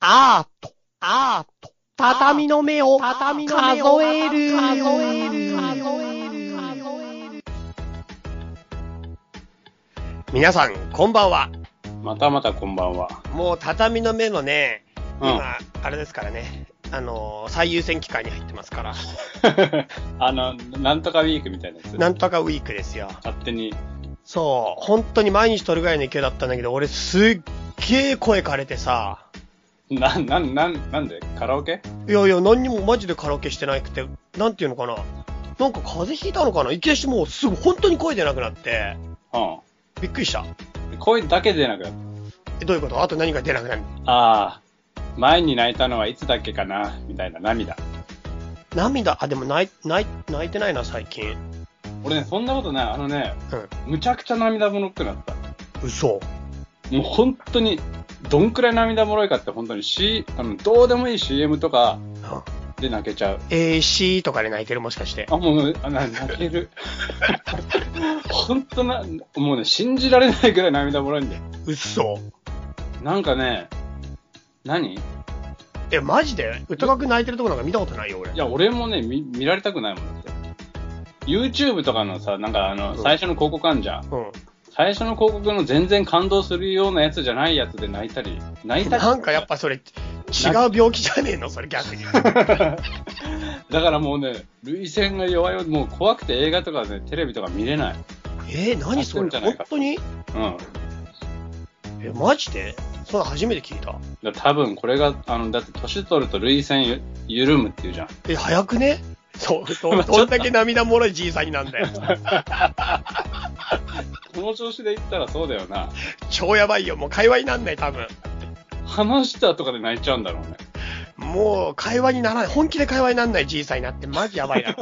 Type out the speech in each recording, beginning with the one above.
アート、アート、畳の目を、畳の目を数える、数える、数える、皆さん、こんばんは。またまたこんばんは。もう畳の目のね、うん 今、あれですからね、あのー最優先機会に入ってますから、あの、なんとかウィークみたいなやつ。なんとかウィークですよ。勝手に。そう、本当に毎日撮るぐらいの勢いだったんだけど、俺すっげえ声枯れてさ、な、な、な、なんでカラオケいやいや、何にもマジでカラオケしてなくて、なんていうのかな。なんか風邪ひいたのかないきなりもうすぐ本当に声出なくなって、うびっくりした。ん。声だけでなくなっえ、どういうことあと何が出なくなるた。ああ、前に泣いたのはいつだっけかなみたいな涙。涙、あ、でも泣い、泣い、泣いてないな、最近。俺ね、そんなことない。あのね、うん。むちゃくちゃ涙もろくなった。嘘。もう本当に、どんくらい涙もろいかって本当に C、あの、どうでもいい CM とうかんで泣けちゃう。 AC とかで泣いてるもしかして。あ、もう、あな泣け る。本当な、もうね、信じられないぐらい涙もろいんだよ。嘘。なんかね、何いえ、マジで歌楽泣いてるとこなんか見たことないよ、俺。や、俺もね見、見られたくないもんだって。YouTube とかのさ、なんかあの、うん最初の広告あんじゃん。うん。最初の広告の全然感動するようなやつじゃないやつで泣いたり、泣いたり。なんかやっぱそれ、違う病気じゃねえのそれ逆 に。だからもうね、涙腺が弱いよ。もう怖くて映画とかね、テレビとか見れない。えー、何それ泣くんじゃない本か当にうん。え、マジでそんな初めて聞いた。だ多分これが、あの、だって年取ると涙腺ゆ緩むっていうじゃん。え、早くねそう、まど あちょどっとんだけ涙もろいじいさんになんだよ。この調子で言ったらそうだよな。超やばいよ。もう会話になんない、多分。話したとかで泣いちゃうんだろうね。もう会話にならない。本気で会話にならないじいさんになって、マジやばいな。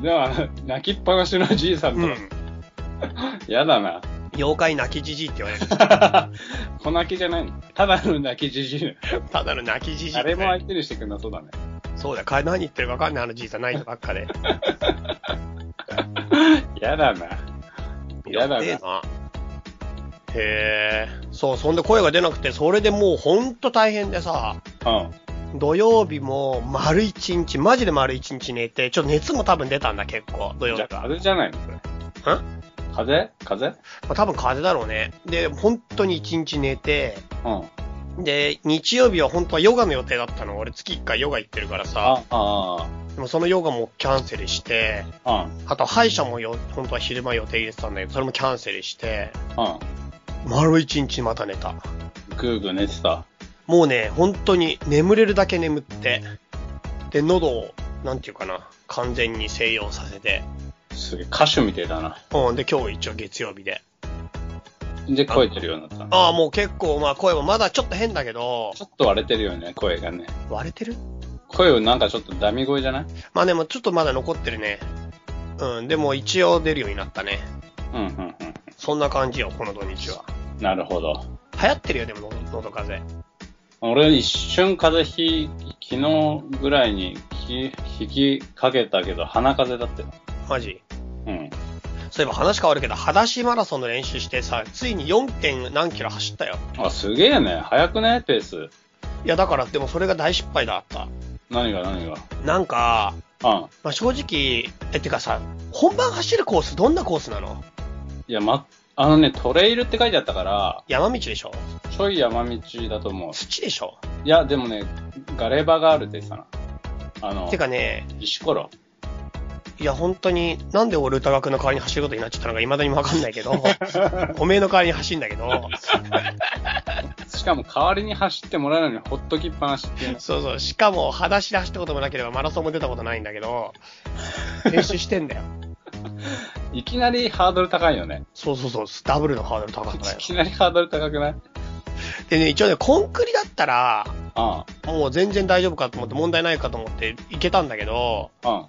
では、泣きっぱなしのじいさんとうか、ん。やだな。妖怪泣きじじいって言われ る。小泣きじゃないの。ただの泣きじじい。ただの泣きじじい。あれも相手にしてくんなそうだね。そうだ、か何言ってるか分かんない、あのじいさん、泣いたばっかで。やだな。 やだべえな。な。へえ。そう、そんで声が出なくて、それでもうほんと大変でさ、うん。土曜日も丸一日、マジで丸一日寝て、ちょっと熱も多分出たんだ、結構、土曜日じゃあが。風邪じゃないのそれ。風邪風まあ、多分風邪だろうね。で、本当に一日寝て、邪うん。で、日曜日は本当はヨガの予定だったの。俺月1回ヨガ行ってるからさ、あ、あでもそのヨガもキャンセルして、あ、うん。あと歯医者もよ、本当は昼間予定入れてたんだけど、それもキャンセルして、う丸一日また寝た。ん。ぐーぐー寝てた。もうね、本当に眠れるだけ眠って、で、喉を、なんていうかな、完全に静養させて、すげえ、歌手みてえだな。うん、で、今日一応月曜日で。で、声出るようになったの。ああ、もう結構、まあ声もまだちょっと変だけど、ちょっと割れてるよね、声がね。割れてる声をなんかちょっとダミ声じゃないまあでもちょっとまだ残ってるね。うん、でも一応出るようになったね。うん、うん、うん。そんな感じよ、この土日は。なるほど。流行ってるよ、でも、の喉風邪。俺、一瞬風邪ひ、昨日ぐらいにひ引きかけたけど、鼻風邪だったよ。マジ。うん。そういえば話変わるけど、裸足マラソンの練習してさ、ついに 4. 点何キロ走ったよ。あ、すげえね。早くねペース。いや、だから、でもそれが大失敗だった。何が何が。なんか、あまあ、正直、え、てかさ、本番走るコース、どんなコースなのいや、ま、あのね、トレイルって書いてあったから、山道でしょちょい山道だと思う。土でしょいや、でもね、ガレバがあるって言ってたな。あのて、かね、石ころ。いや、本当に、なんで俺歌楽の代わりに走ることになっちゃったのか、未だにわかんないけど、おめえの代わりに走るんだけど、しかも代わりに走ってもらえないのにほっときっぱなしっていうねそうそう、しかも、裸足で走ったこともなければ、マラソンも出たことないんだけど、練習してんだよ。いきなりハードル高いよね。そうそうそう、ダブルのハードル高いくない きなりハードル高くないでね、一応ね、コンクリだったら、あもう全然大丈夫かと思って、問題ないかと思って、行けたんだけど、あ、ああ。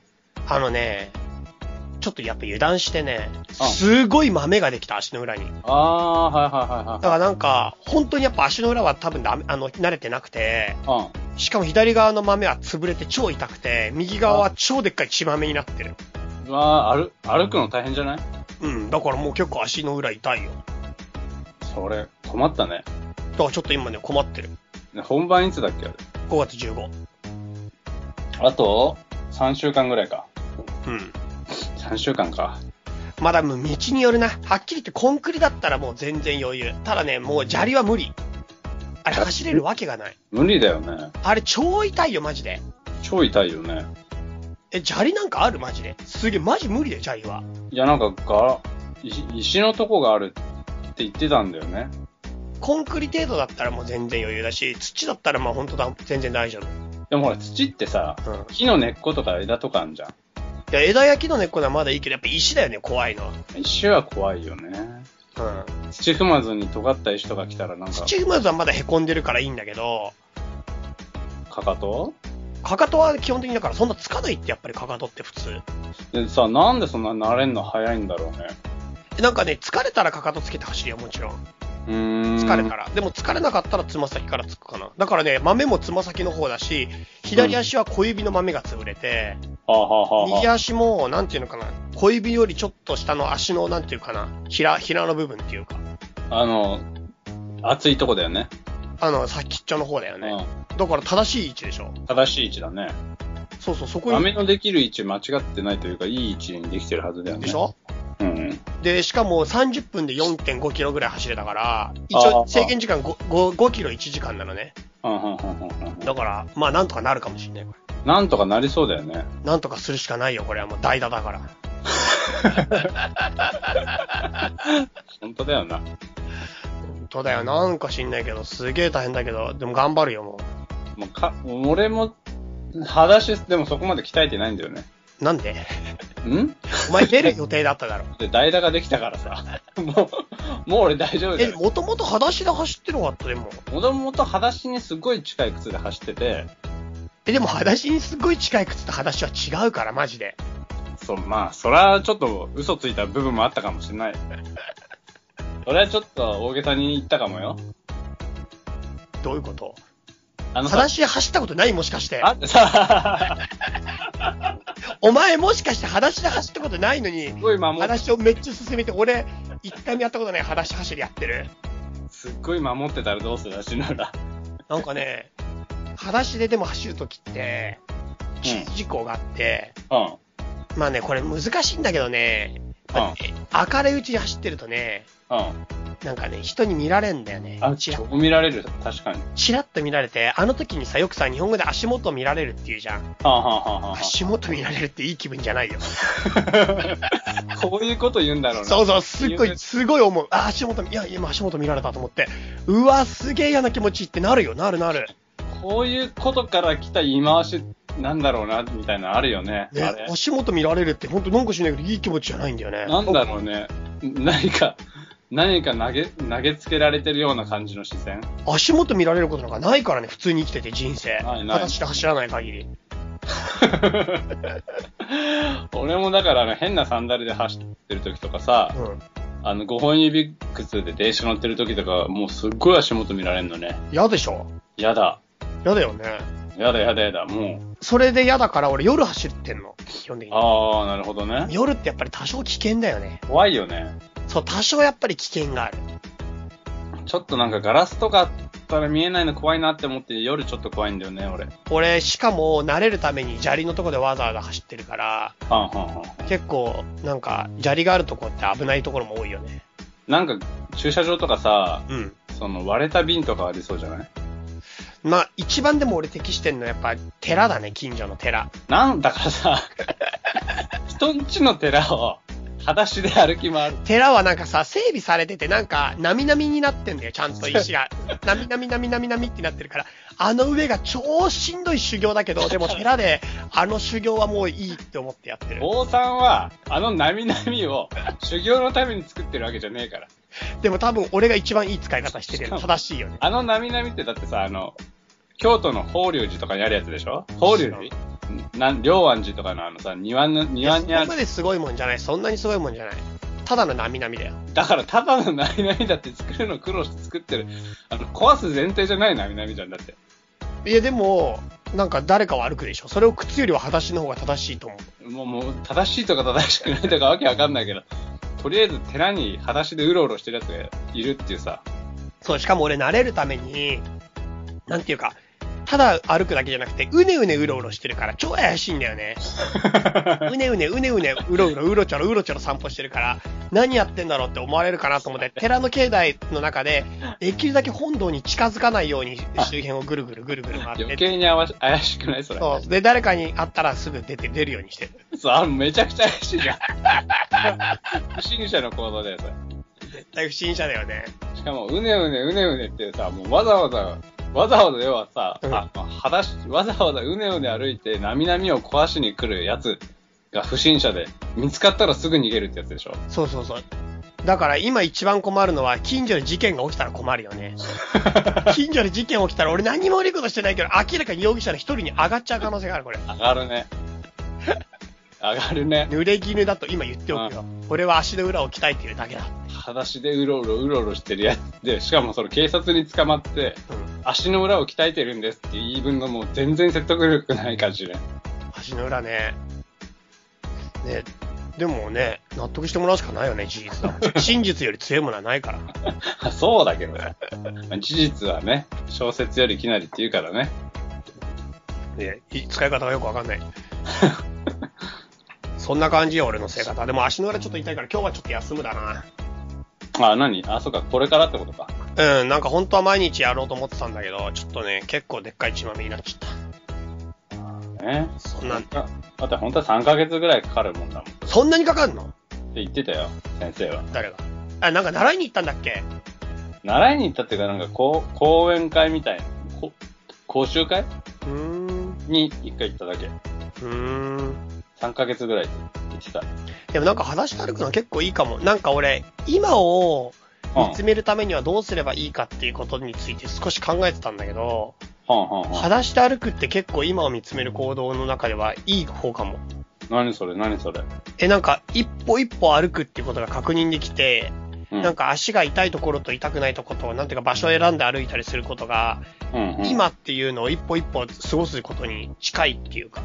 あのね、ちょっとやっぱ油断してね、うんすごい豆ができた、足の裏に。ああ、はいはいはいだからなんか、本当にやっぱ足の裏は多分ダメ、あの、慣れてなくて、はい。うん。しかも左側の豆は潰れて超痛くて、右側は超でっかい血豆になってる。うわあ歩歩くの大変じゃないうん、だからもう結構足の裏痛いよ。それ困ったねだからちょっと今ね、困ってる。本番いつだっけあれ5月15。あと、3週間ぐらいか。うん。 3週間か。まだもう道によるな。はっきり言ってコンクリだったらもう全然余裕。ただね、もう砂利は無理。あれ走れるわけがない。無理だよね。あれ超痛いよ、マジで。超痛いよね。え、砂利なんかあるマジで。すげえ、マジ無理だよ、砂利は。いや、なんかが、石石のとこがあるって言ってたんだよね。コンクリ程度だったらもう全然余裕だし、土だったらまあ本当だ、全然大丈夫。でもほら、土ってさ、うん。い木の根っことか枝とかあるじゃん。や、枝焼きの根っこならまだいいけど、やっぱ石だよね、怖いのは。石は怖いよね。うん。土踏まずに尖った石とか来たらなんか、土踏まずはまだ凹んでるからいいんだけど、かかとかかとは基本的にだからそんなつかないってやっぱりかかとって普通。でさ、なんでそんな慣れんの早いんだろうね。でなんかね、疲れたらかかとつけて走るよ、もちろん。うーん。疲れたら。でも疲れなかったらつま先からつくかな。だからね、豆もつま先の方だし、左足は小指の豆が潰れて、はあ、はあはあは右足も、なんていうのかな、小指よりちょっと下の足の、なんていうかな、ひら、ひらの部分っていうか、あ、あの、熱いとこだよね。あの、先っちょの方だよね。だから正しい位置でしょ。うん。正しい位置だね。そうそう、そこに、雨のできる位置間違ってないというか、いい位置にできてるはずだよね。でしょうん。で、しかも30分で4.5キロぐらい走れたから、一あ応ー制限時間 5, 5, 5キロ1時間なのね。うんうんうんうんうんだから、まあなんとかなるかもしれない、これ。なんとかなりそうだよね。なんとかするしかないよ、これはもう代打だから。本当だよな。本当だよ、なんか知んないけど、すげえ大変だけど、でも頑張るよ、ももうか俺も、裸足でもそこまで鍛えてないんだよね。う。なんでんお前出る予定だった だろ。で、代打ができたからさ。 もう、もう俺大丈夫だえ、よ。もともと裸足で走ってなかった、でも。もともと裸足にすごい近い靴で走ってて、え、でも裸足にすごい近い靴と裸足は違うから、マジで。そう、まあ、そらちょっと嘘ついた部分もあったかもしれ ない。それはちょっと大げさに言ったかもよ。どういうことあの裸さ、足で走ったことないもしかして。あってさ、お前もしかして裸足で走ったことないのにす、ごい守っ裸足をめっちゃ進めて、俺、一回もやったことない裸足走りやってる。すっごい守ってたらどうするらしいなら。なんかね、裸足ででも走るときって、注意事項があって、うん。まあね、これ難しいんだけどね、やっぱ明るいうちに走ってるとね、うん。なんかね、人に見られんだよね。あ、チちラッ、見られる。確かに。チラッと見られて、あの時にさ、よくさ、日本語で足元を見られるっていうじゃん。はあ、はあはあは足元見られるっていい気分じゃないよ。 あ、こういうこと言うんだろうな。そうそう、すっごい、すごい思う。あ、足元、いや、今足元見られたと思って、うわ、すげえ嫌な気持ちってなるよ、なるなる。こういうことから来た言い回しなんだろうな、みたいなのあるよね。あねれ、。足元見られるって、ほんとなんかしないけど、いい気持ちじゃないんだよね。なんだろうね。何か、何か投げ、投げつけられてるような感じの視線。 足元見られることなんかないからね、普通に生きてて、人生。ないない形で走らない限り。俺もだからあの変なサンダルで走ってる時とかさう、ん。あの5本指靴で電車乗ってる時とか、もうすっごい足元見られんのね。嫌でしょやだ。嫌だよね。やだやだやだ。もう。それで嫌だから俺夜走ってんの、基本的に。ああ、なるほどね。夜ってやっぱり多少危険だよね。怖いよね。そう、多少やっぱり危険がある。ちょっとなんかガラスとかあったら見えないの怖いなって思って夜ちょっと怖いんだよね、俺。俺、しかも慣れるために砂利のとこでわざわざ走ってるから、はんはんはんはん結構なんか砂利があるとこって危ないところも多いよね。なんか駐車場とかさ、うん。その割れた瓶とかありそうじゃないまあ、一番でも俺適してんのはやっぱ寺だね、近所の寺。なんだからさ、人んちの寺を裸足で歩き回る。寺はなんかさ、整備されてて、なんか、なみなみになってんだよ、ちゃんと石 が。なみなみなみなみなみってなってるから、あの上が超しんどい修行だけど、でも寺で、あの修行はもういいって思ってやってる。坊さんは、あのなみなみを修行のために作ってるわけじゃねえから。でも多分俺が一番いい使い方してるよ。正しいよね。あのなみなみってだってさ、あの、京都の法隆寺とかにあるやつでしょ法隆寺なん、両安寺とかのあのさ、庭の、いや庭そにこあまる。ですごいもんじゃない。そんなにすごいもんじゃない。ただのなみなみだよ。だからただのなみなみだって作るの苦労して作ってる。あの、壊す前提じゃないなみなみじゃんだって。いや、でも、なんか誰かは歩くでしょ。それを靴よりは裸足の方が正しいと思う。もう、もう、正しいとか正しくないとかわけわかんないけど、とりあえず寺に裸足でうろうろしてるやつがいるっていうさ、そう、しかも俺慣れるために、なんていうか、ただ歩くだけじゃなくて、うねうねうろうろしてるから、超怪しいんだよ ね。うねうねうねうねうろうろうろちょろうろちょろ散歩してるから、何やってんだろうって思われるかなと思って、寺の境内の中で、できるだけ本堂に近づかないように周辺をぐるぐるぐるぐる回余って。計にあわし怪しくないそれ。そう。で、誰かに会ったらすぐ出て出るようにしてる。そうあめちゃくちゃ怪しいじゃん。 不審者の行動だよ、それ。絶対不審者だよね。しかも、うねうねうねうねってさ、もうわざわざ、わざわざ要はさ、うんあ裸足わざわざうねうね歩いて、なみなみを壊しに来るやつが不審者で、見つかったらすぐ逃げるってやつでしょ。そうそうそう。だから今一番困るのは、近所で事件が起きたら困るよね。近所で事件起きたら、俺何も悪いことしてないけど、明らかに容疑者の一人に上がっちゃう可能性がある、これ。上が るね。上がるね。濡れ衣だと今言っておくよ。俺は足の裏を鍛えてるだけだ。裸足でうろうろうろうろしてるやつで、しかもその警察に捕まって、うん。足の裏を鍛えてるんですって言い分のもう全然説得力ない感じね。足の裏ね。ね、でもね、納得してもらうしかないよね、事実だもん。真実より強いものはないから。あ そうだけどね。まあ事実はね、小説よりきなりって言うからね。ね、い使い方がよくわかんない。そんな感じよ、俺の生活は。でも足の裏ちょっと痛いから、今日はちょっと休むだな。あ、何あ、そうか、これからってことか。うん、なんか本当は毎日やろうと思ってたんだけど、ちょっとね、結構でっかい血まみれになっちゃっね。た。そんな、だって本当は3ヶ月ぐらいかかるもんだもん。ってそんなにかかんの言ってたよ、先生は。誰が。あ、なんか習いに行ったんだっけ習いに行ったっていうか、なんかこう、講演会みたいな、こ講習会うーん、に1回行っただけ。うーん。 3ヶ月ぐらいって言ってた。でもなんか話し歩くのは結構いいかも。なんか俺、今をうん。見つめるためにはどうすればいいかっていうことについて少し考えてたんだけど、うんうんうん。裸足で歩くって結構今を見つめる行動の中ではいい方かも。何それ、何それ。え、なんか一歩一歩歩くっていうことが確認できて、うん。なんか足が痛いところと痛くないところと、なんていうか場所を選んで歩いたりすることが、うんうん、今っていうのを一歩一歩過ごすことに近いっていうか、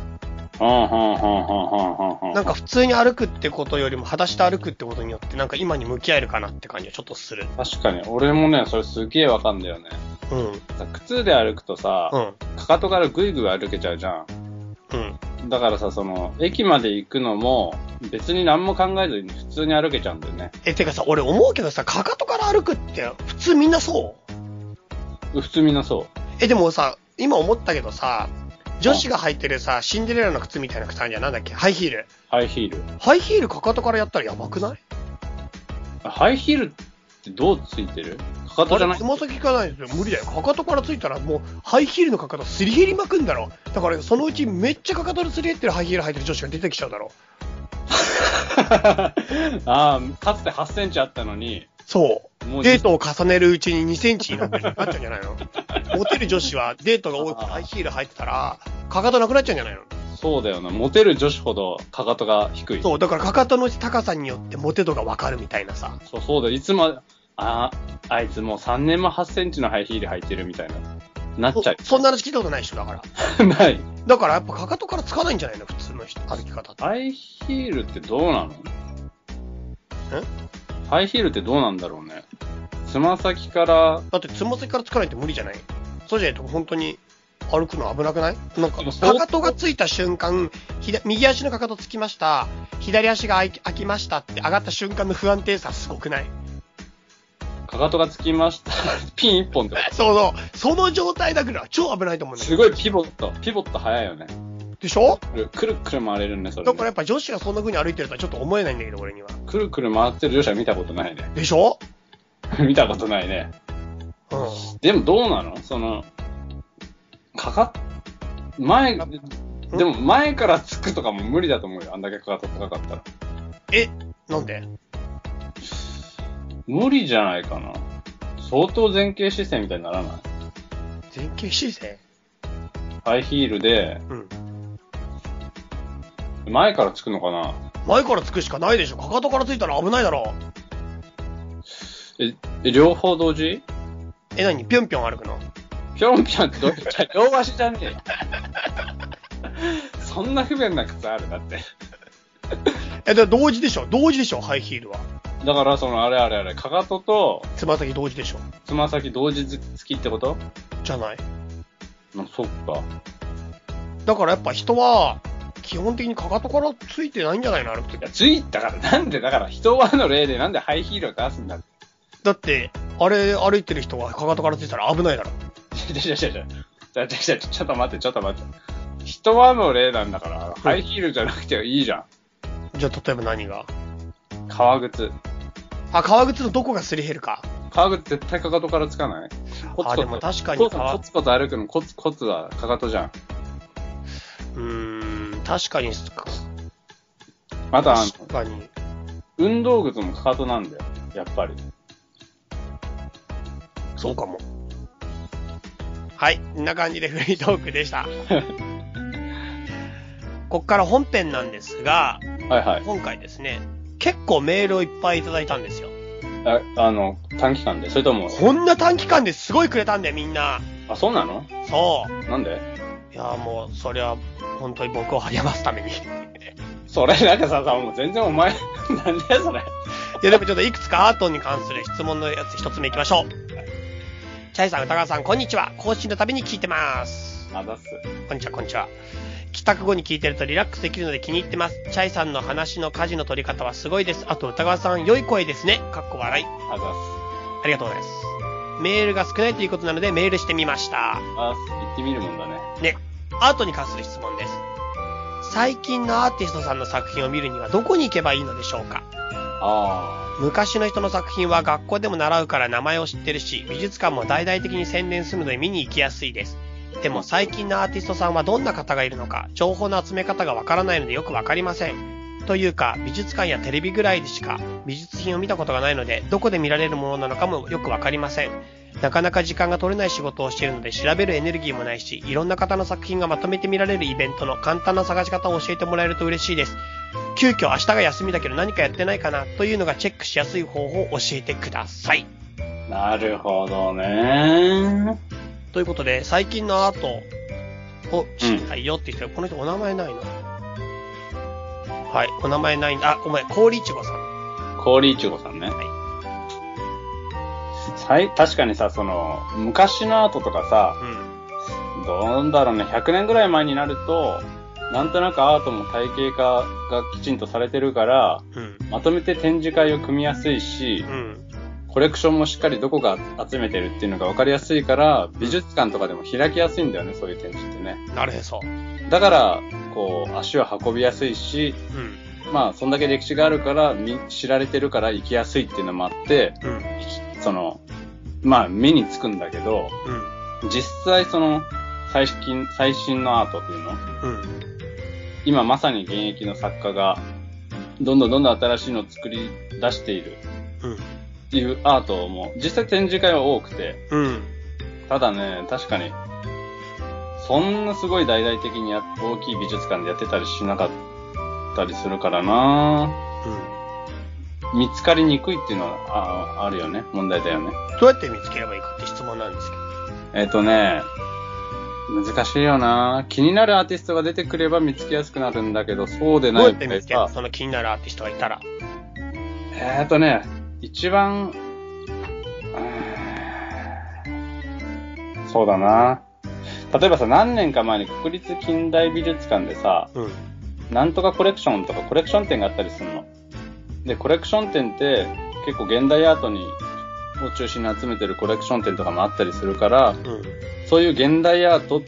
うんうんうんうんうんうんうん。なんか普通に歩くってことよりも、裸足で歩くってことによって、なんか今に向き合えるかなって感じはちょっとする。確かに、俺もね、それすげえわかんだよね。うん、うん、さ靴で歩くとさ、かかとからぐいぐい歩けちゃうじゃうん。ん。だからさ、その、駅まで行くのも、別に何も考えずに普通に歩けちゃうんだよね。え、てかさ、俺思うけどさ、かかとから歩くって、普通みんなそう普通みんなそえ、でもさ、今思ったけどさ、女子が履いてるさ、シンデレラの靴みたいな靴あるじゃん、なんだっけハイヒール。う。ハイヒール。ハイヒールかかとからやったらやばくないハイヒールってどうついてるかかとあじゃなれ、いつま先かないですよ。無理だよ。かかとからついたら、もう、ハイヒールのかかとすり減りまくんだろ。だから、そのうちめっちゃかかとですり減ってるハイヒール履いてる女子が出てきちゃうだろ。あ あー、かつて8センチあったのに、そう。もうデートを重ねるうちに2センチになってなっちゃうんじゃないのモテる女子はデートが多くてハイヒール履いてたら、かかとなくなっちゃうんじゃないのそうだよな。モテる女子ほどかかとが低い。そう、だからかかとの高さによってモテ度がわかるみたいなさ。そうそうだよ。いつも、ああ、あいつもう3年も8センチのハイヒール履いてるみたいな。なっちゃうそそんな話聞いたことないでしょ、だから。 ない。だからやっぱかかとからつかないんじゃないの普通の人歩き方って。ハイヒールってどうなのハイヒールってどうなんだろうね。つま先から、だってつま先からつかないって無理じゃないそうじゃないと本当に歩くの危なくないなんか、でもそうかかとがついた瞬間、左右足のかかとつきました、左足が開き開きましたって上がった瞬間の不安定さすごくないかかとがつきました。 ピン一本ってこそうそう。その状態だから超危ないと思うんと。だすよ。ごいピボット。ピボット早いよね。でしょくるくるくる回れるね、それだね、からやっぱ女子がそんな風に歩いてるとはちょっと思えないんだけど、俺には。くるくる回ってる女子は見たことないね。 でしょ見たことないね。うん。でもどうなのその、かかっ、前、でも前からつくとかも無理だと思うよ。あんだけかかと高かったら。え、なんで無理じゃないかな。相当前傾姿勢みたいにならない前傾姿勢ハイヒールで、うん。前からつくのかな前からつくしかないでしょ。かかとからついたら危ないだろう。え、え両方同時え、なにぴょんぴょん歩くのぴょんぴょんってどっちだ両足じゃねえよ。 そんな不便な靴あるだって。え、で同時でしょ。同時でしょ、ハイヒールは。だから、その、あれあれあれ、かかととつま先同時でしょ。つま先同時つきってことじゃない。まあそっか。だからやっぱ人は、基本的にかかとからついてないんじゃないのあれっていや、ついたから、なんで、だから、人はの例でなんでハイヒールを出すんだって。だって、あれ歩いてる人はかかとからついたら危ないだろ。いやいやいやいやいやいやいやちょっと待って、ちょっと待って。人はの例なんだから、ハイヒールじゃなくていいじゃじゃあ例えば何がん。革靴。あ、革靴のどこがすり減るか。革靴絶対かかとからつかないコツコあ、ツでも確かコにツ革コツコツ歩くのコツコツはかかとじゃん。うーん、確かに、また、あの確かに。運動靴もかかとなんだよ。やっぱり。そうかも。はい、こんな感じでフリートークで した。こっから本編なんですが、はいはい。今回ですね、結構メールをいっぱいいただいたんですよ。ああの、短期間で。それとも、こんな短期間ですごいくれたんだよ、みんな。あ、そうなのそう。なんでいや、もう、それは、本当に僕を励ますために。い それ、なんかさ、さもう全然お前、 なんだよそれ。や、でもちょっといくつかアートに関する質問のやつ一つ目いきましょう。チャイさん、歌川さん、こんにちは。更新のたびに聞いてます。あざっす。こんにちは、こんにちは。帰宅後に聞いてるとリラックスできるので気に入ってます。チャイさんの話の家事の取り方はすごいです。あと、歌川さん、良い声ですね。かっこ笑い。あざっす。ありがとうございます。メールが少ないということなのでメールしてみました。あ、行ってみるもんだね。ね、アートに関する質問です。最近のアーティストさんの作品を見るにはどこに行けばいいのでしょうかあ昔の人の作品は学校でも習うから名前を知ってるし、美術館も大々的に宣伝するので見に行きやすいです。でも最近のアーティストさんはどんな方がいるのか、情報の集め方がわからないのでよくわかりません。というか、美術館やテレビぐらいでしか美術品を見たことがないので、どこで見られるものなのかもよくわかりません。なかなか時間が取れない仕事をしているので調べるエネルギーもないし、いろんな方の作品がまとめて見られるイベントの簡単な探し方を教えてもらえると嬉しいです。急遽明日が休みだけど何かやってないかなというのがチェックしやすい方法を教えてください。あ。なるほどね。ということで、最近のアートを知りたいよって人、この人お名前ないのはい、お名前ないんだ。あ、ごめん、氷いちごさん。氷いちごさんね。はい。確かにさ、その、昔のアートとかさ、うん。どうだろうね、100年ぐらい前になると、なんとなくアートも体系化がきちんとされてるから、うん。まとめて展示会を組みやすいしう、ん。コレクションもしっかりどこが集めてるっていうのが分かりやすいから、美術館とかでも開きやすいんだよね、そういう展示ってね。なるへそ。うだから、こう、足を運びやすいし、ん。まあ、そんだけ歴史があるから、み知られてるから行きやすいっていうのもあって、うん。うん。その、まあ、目につくんだけど、実際その、最近、最新のアートっていうのうん。今まさに現役の作家が、どんどんどんどん新しいのを作り出しているうん。っていうアートも、実際展示会は多くて、うん。ただね、確かに、そんなすごい大々的にや大きい美術館でやってたりしなかったりするからな見つかりにくいっていうのはああるよね。問題だよね。どうやって見つければいいかって質問なんですけど。えっ、とね、難しいよな気になるアーティストが出てくれば見つけやすくなるんだけど、そうでどうなやいって場合見つけるさその気になるアーティストがいたら。えっ、とね、一番、うーんそうだな例えばさ、何年か前に国立近代美術館でさ、うん。なんとかコレクションとかコレクション展があったりするの。で、コレクション展って結構現代アートにを中心に集めてるコレクション展とかもあったりするから、うん。そういう現代アートっ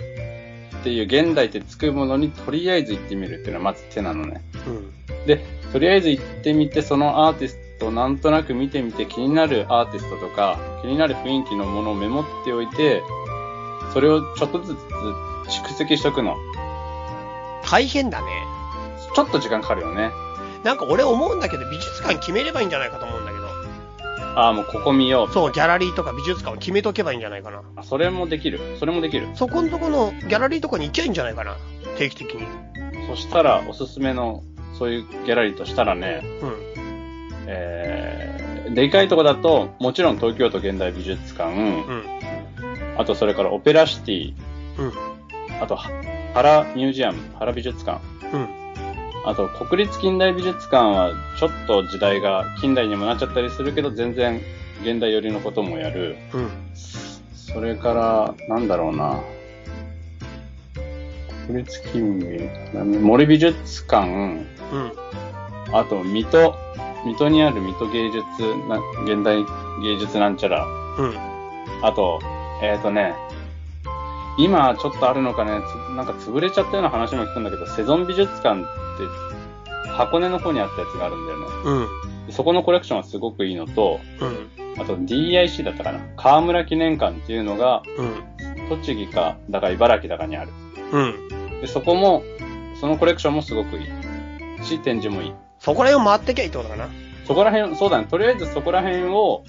ていう現代ってつくものにとりあえず行ってみるっていうのはまず手なのね。うん。で、とりあえず行ってみて、そのアーティストをなんとなく見てみて、気になるアーティストとか、気になる雰囲気のものをメモっておいて、それをちょっとずつ蓄積しとくの。大変だね。ちょっと時間かかるよね。なんか俺思うんだけど、美術館決めればいいんじゃないかと思うんだけど。ああ、もうここ見よう。そう、ギャラリーとか美術館を決めとけばいいんじゃないかな。あそれもできる。それもできる。そこんとこのギャラリーとかに行きゃいいんじゃないかな。定期的に。そしたら、おすすめの、そういうギャラリーとしたらね、うん。えー、でかいとこだと、もちろん東京都現代美術館、うん。あとそれからオペラシティ、うん。あとは、原ミュージアム、原美術館、うん。あと国立近代美術館は、ちょっと時代が近代にもなっちゃったりするけど、全然現代寄りのこともやる。うん。それから、なんだろうな。国立勤務、森美術館、うん。あと、水戸、水戸にある水戸芸術、な現代芸術なんちゃら、うん。あと、えっ、ー、とね、今ちょっとあるのかね、つなんか潰れちゃったような話も聞くんだけど、セゾン美術館って、箱根の方にあったやつがあるんだよね。うん。そこのコレクションはすごくいいのと、うん。あと DIC だったかな。河村記念館っていうのが、うん。栃木か、だか茨城だかにある。うん。で、そこも、そのコレクションもすごくいい。し、展示もいい。そこら辺を回ってけいってことかな。そこら辺、そうだね。とりあえずそこら辺を、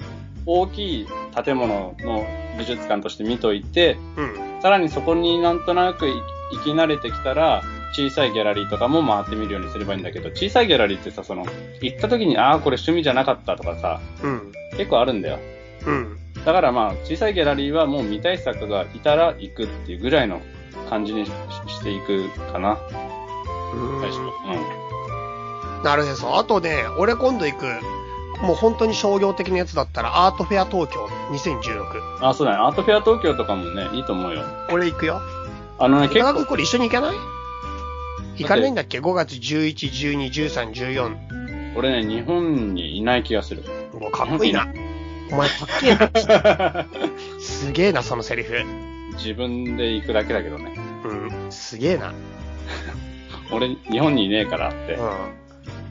大きい建物の美術館として見といて、うん。さらにそこになんとなく行き慣れてきたら、小さいギャラリーとかも回ってみるようにすればいいんだけど、小さいギャラリーってさ、その、行った時に、ああ、これ趣味じゃなかったとかさ、うん。結構あるんだよ。うん。だからまあ、小さいギャラリーはもう見たい作がいたら行くっていうぐらいの感じにししていくかな、最初。うん。なるへそ。あとね、俺今度行く、もう本当に商業的なやつだったら、アートフェア東京2016。あ、そうだね。アートフェア東京とかもね、いいと思うよ。俺行くよ。あのね、結結構構、これ一緒に行かない行かないんだっけ ?5 月11、12、13、14。俺ね、日本にいない気がする。もうかっこいいな。お前かっけえな。 すげえな、そのセリフ。自分で行くだけだけどね。うん。すげえな。俺、日本にいねえからって。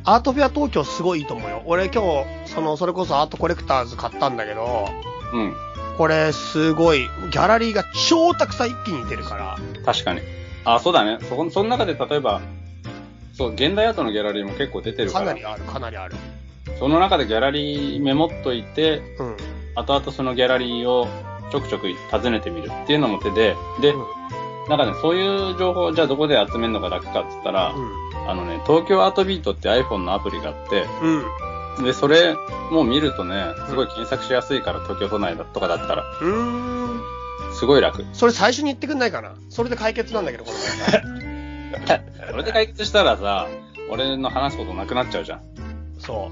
アートフェア東京すごいいいと思うよ。俺今日、その、それこそアートコレクターズ買ったんだけど、うん。これすごい、ギャラリーが超たくさん一気に出るから、確かに。あ、そうだね。そこ、その中で例えば、そう、現代アートのギャラリーも結構出てるか、からなりある、かなりある。その中でギャラリーメモっといて、うん。後々そのギャラリーをちょくちょく訪ねてみるっていうのも手で、で、なんかね、そういう情報をじゃあどこで集めるのが楽かって言ったら、あのね、東京アートビートって iPhone のアプリがあって、うん。うん。で、それもう見るとね、すごい検索しやすいから、東京都内だとかだったら、うん。うーん。すごい楽。それ最初に言ってくんないかなそれで解決なんだけど、この問題 それで解決したらさ、俺の話すことなくなっちゃうじゃん。そ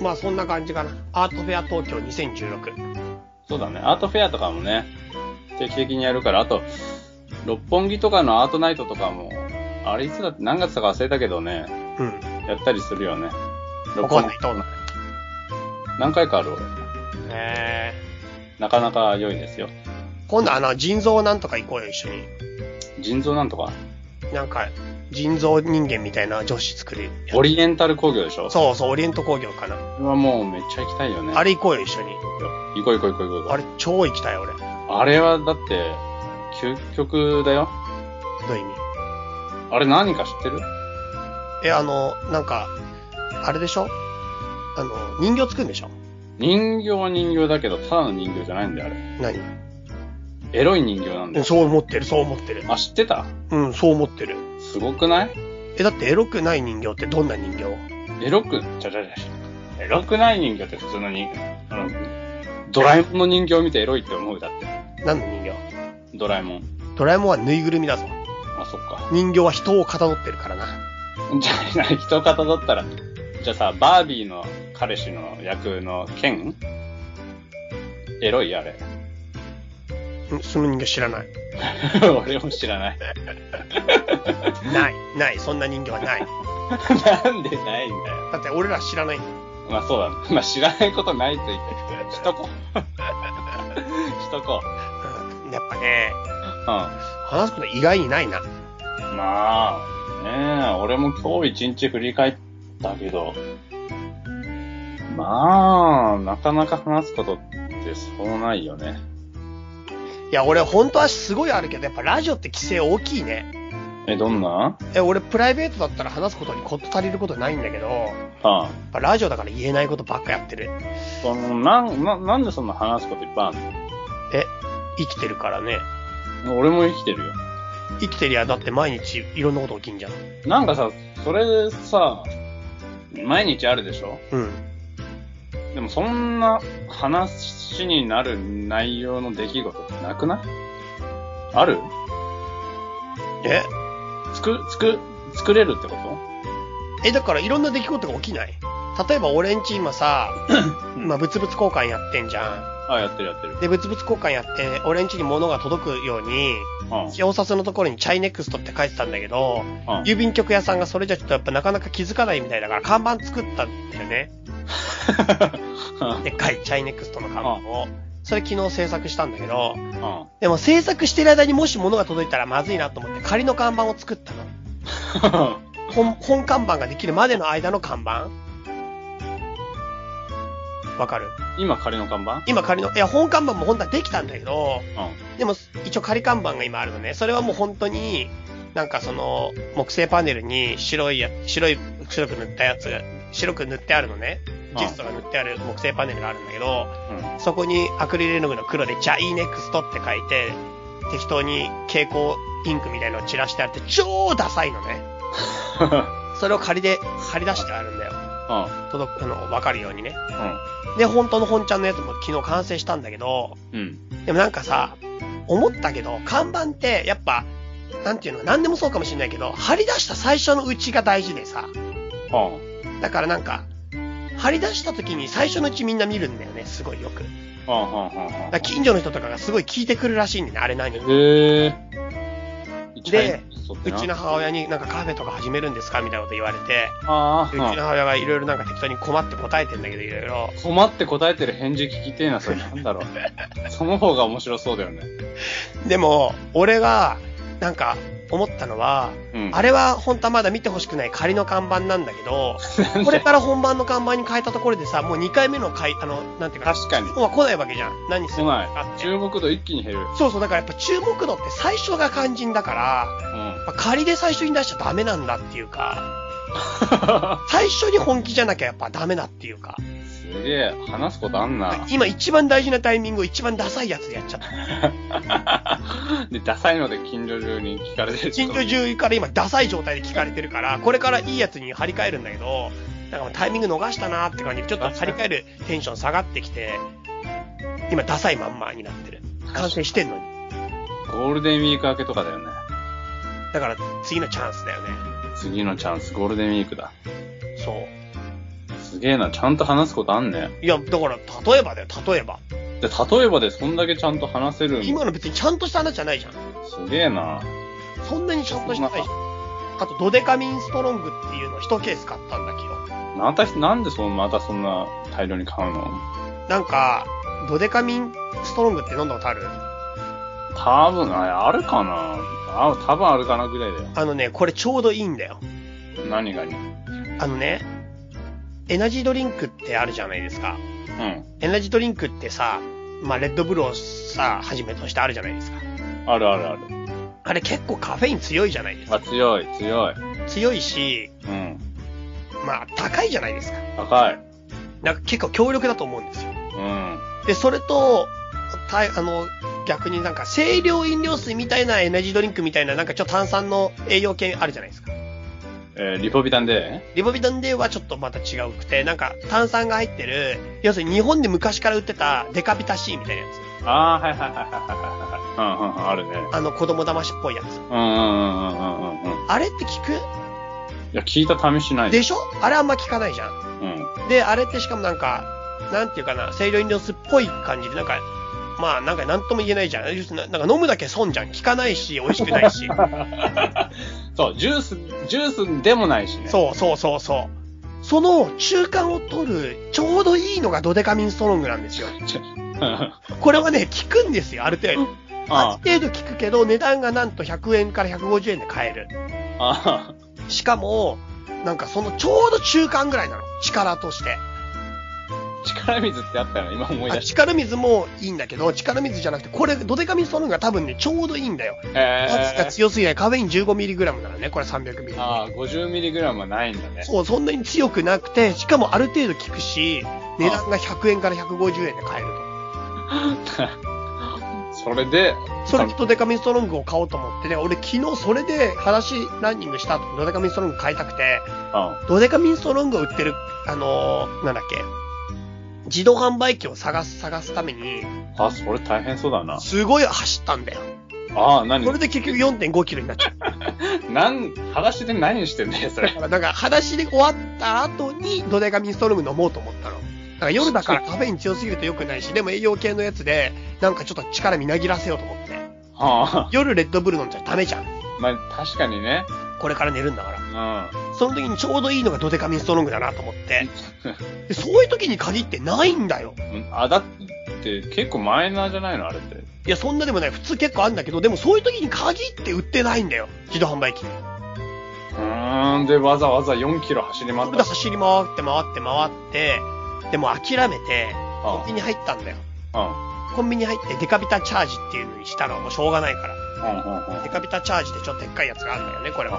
う。まあそんな感じかな。アートフェア東京2016。そうだね。アートフェアとかもね、定期的にやるから、あと、六本木とかのアートナイトとかも、あれいつだって何月だか忘れたけどね、うん。やったりするよね。わかんない、どうなる。何回かある俺。えなかなか良いですよ。ー、今度あの、腎臓なんとか行こうよ、一緒に。腎臓なんとか。なんか、人造人間みたいな女子作る。オリエンタル工業でしょそうそう、オリエント工業かな。う。これはもうめっちゃ行きたいよね。あれ行こうよ、一緒に。行こう行こう行こう行こう。あれ、超行きたい、俺。どあれはだって、究極だよ。ういう意味あれ何か知ってるえ、あの、なんか、あれでしょあの、人形作るんでしょ人形は人形だけど、ただの人形じゃないんだよ、あれ。何エロい人形なんだうんよ。そう思ってる、そう思ってる。あ、知ってたうん、そう思ってる。すごくないえ、だってエロくない人形ってどんな人形エロく、ちゃちゃちゃちゃ。エロくない人形って普通の人あの、ドラえもんの人形を見てエロいって思うだって。何の人形ドラえもん。ドラえもんはぬいぐるみだぞ。あ、そっか。 人形は人をかたどってるからな。じゃあ、人型だったら、じゃあさ、バービーの彼氏の役のケンエロいあれ。 うん、その人形知らない。俺も知らない。 ない、ない、そんな人形はない。なんでないんだよ。だって俺ら知らないんだよまあそうだ、ね。まあ知らないことないと言って、しとこう。しとこう。 うん、やっぱね、うん。ま話すこと意外にないな。あ、ねえ、俺も今日一日振り返ったけど、まあ、なかなか話すことってそうないよね。いや、俺、本当はすごいあるけど、やっぱラジオって規制大きいね。え、どんなえ、俺、プライベートだったら話すことにこと足りることないんだけど、やああ。っぱラジオだから言えないことばっかやってる。そのなんな、なんでそんな話すこといっぱいあるえ、生きてるからね。の俺も生きてるよ。生きてりゃ、だって毎日いろんなこと起きんじゃん。なんかさ、それさ、毎日あるでしょうん。でもそんな話になる内容の出来事ってなくないあるえつく、つく、作れるってことえ、だからいろんな出来事が起きない例えば俺んち今さ、んまあ、物々交換やってんじゃん。あ、やってるやってる。で、物々交換やって、俺んちに物が届くように、うん。表札のところにチャイネクストって書いてたんだけど、うん郵便局屋さんがそれじゃちょっとやっぱなかなか気づかないみたいだから看板作ったんだよね。でっかいチャイネクストの看板を。それ昨日制作したんだけど、うんでも制作してる間にもし物が届いたらまずいなと思って仮の看板を作ったの。本本看板ができるまでの間の看板わかる今、仮の看板今仮の、いや本看板も本当はできたんだけど、うでも一応仮看板が今あるのね。それはもう本当に、なんかその木製パネルに白いや、白い、白く塗ったやつが、白く塗ってあるのね。あジストが塗ってある木製パネルがあるんだけど、ん。うん。そこにアクリル絵の具の黒で、チャイネクストって書いて、適当に蛍光ピンクみたいなのを散らしてあって、超ダサいのね。それを仮で、仮出してあるんだよ。うん。届く、あの、わかるようにね。で、本当の本ちゃんのやつも昨日完成したんだけど、うん。でもなんかさ、思ったけど、看板ってやっぱ、なんていうの、何でもそうかもしれないけど、張り出した最初のうちが大事でさ、うん。だからなんか、張り出した時に最初のうちみんな見るんだよね、すごいよく。だうん。うん。うん。から近所の人とかがすごい聞いてくるらしいんだよね、あれ何へえ。で、ううちの母親になんかカフェとか始めるんですかみたいなこと言われて、あうちのあ、母親がいろいろなんか適当に困って答えてんだけど、いろいろ。困って答えてる返事聞きてえな、それなんだろう。その方が面白そうだよね。でも、俺が、なんか、思ったのは、うん。あれれは本当はまだ見てほしくない仮の看板なんだけど、 なんこれでから本番の看板に変えたところでさ、もう2回目のかい、あの、なんていうか、確かに。本は来ないわけじゃん。何す来るのなかい。って。注目度一気に減る。そうそう、だからやっぱ注目度って最初が肝心だから、うん。 やっぱ仮で最初に出しちゃダメなんだっていうか、最初に本気じゃなきゃやっぱダメだっていうか、すげえ、話すことあんな。今一番大事なタイミングを一番ダサいやつでやっちゃった。で、ダサいので近所中に聞かれてる。近所中から今ダサい状態で聞かれてるから、これからいいやつに張り替えるんだけど、なんかもうタイミング逃したなーって感じで、ちょっと張り替えるテンション下がってきて、今ダサいまんまになってる。完成してんのに。ゴールデンウィーク明けとかだよね。だから次のチャンスだよね。次のチャンス、ゴールデンウィークだ。そう。すげえな、ちゃんと話すことあんね。いや、だから例えばだよ、例えば。で、例えばでそんだけちゃんと話せるん今の別にちゃんとした話じゃないじゃん。すげえな。そんなにちゃんとしてないじゃん。あと、ドデカミンストロングっていうのを1ケース買ったんだけまた、なんでその、またそんな大量に買うのど。なんか、ドデカミンストロングって飲んだことある多分、ああるかなあ、多分あるかなぐらいだよ。あのね、これちょうどいいんだよ。何がに。あのね、エナジードリンクってあるじゃないですか。うん。エナジードリンクってさ、まあ、レッドブルをさ、はじめとしてあるじゃないですか。あるあるある。あれ結構カフェイン強いじゃないですあ、か。強い、強い。強いし、うん。まあ、高いじゃないですか。高い。なんか結構強力だと思うんですよ。うん。で、それと、たあの、逆になんか清涼飲料水みたいなエナジードリンクみたいななんかちょっと炭酸の栄養系あるじゃないですか。えーリポビタンで、リボビタンデーはちょっとまた違うくて、なんか炭酸が入ってる、要するに日本で昔から売ってたデカビタ C みたいなやつ。ああ、はいはいはいはいはいはい。うんうん、あるね。あの子供騙しっぽいやつ。うんうんうんうんうんうん。あれって効いや、聞いた試しなくい。でしょあれあんま効かないじゃん。うん。で、あれってしかもなんか、なんていうかな、清涼飲料水っぽい感じで、なんか、まあなんかなんとも言えないじゃん。要するにななんか飲むだけ損じゃん。効かないし、美味しくない し。そう、ジュース、ジュースでもないしね。う。そうそうそうそう。その中間を取るちょうどいいのがドデカミンストロングなんですよ。 あこれはね、効くんですよ、ある程度。ああ、る程度効くけど、値段がなんと100円から150円で買える。あしかも、なんかそのちょうど中間ぐらいなの。力として。あ、力水ってあったよね、今思いあ出し力水もいいんだけど、力水じゃなくて、これ、ドデカミンストロングが多分ね、ちょうどいいんだよ。た。へ圧がえ。強すぎない。カフェイン 15mg ならね、これ 300mg。ああ、50mg はないんだね。そう、そんなに強くなくて、しかもある程度効くし、値段が100円から150円で買えると。 それで、それきっとデカミンストロングを買おうと思ってね、俺昨日それで話ランニングした後、ドデカミンストロング買いたくて、あドデカミンストロングを売ってる、あのーなんだっけ、自動販売機を探す、探すために、あ、それ大変そうだな。すごい走ったんだよ。ああ、何それで結局4.5キロになっちゃった。なん、裸足で何してんだよ、そだれ。 から、なんか話で終わった後にドデカミンストロング飲もうと思ったの。だから夜だからカフェイン強すぎると良くないし、でも栄養系のやつで、なんかちょっと力みなぎらせようと思って。はあ。夜レッドブル飲んじゃダメじゃん。まあ、確かにね。これから寝るんだからう。ん。その時にちょうどいいのがドデカミンストロングだなと思って。でそういう時に限ってないんだよ。あ、だって、結構マイナーじゃないのあれって。いや、そんなでもない。普通結構あるんだけど、でもそういう時に限って売ってないんだよ。自動販売機に。うーん。で、わざわざ4キロ走り回それっでたし。走り回って回って回って、でも諦めて、コンビニ入ったんだよ。うん。コンビニ入ってデカビタチャージっていうのにしたのはもうしょうがないから。うんうんうんデカビタチャージでちょっとでっかいやつがあるんだよね、これは。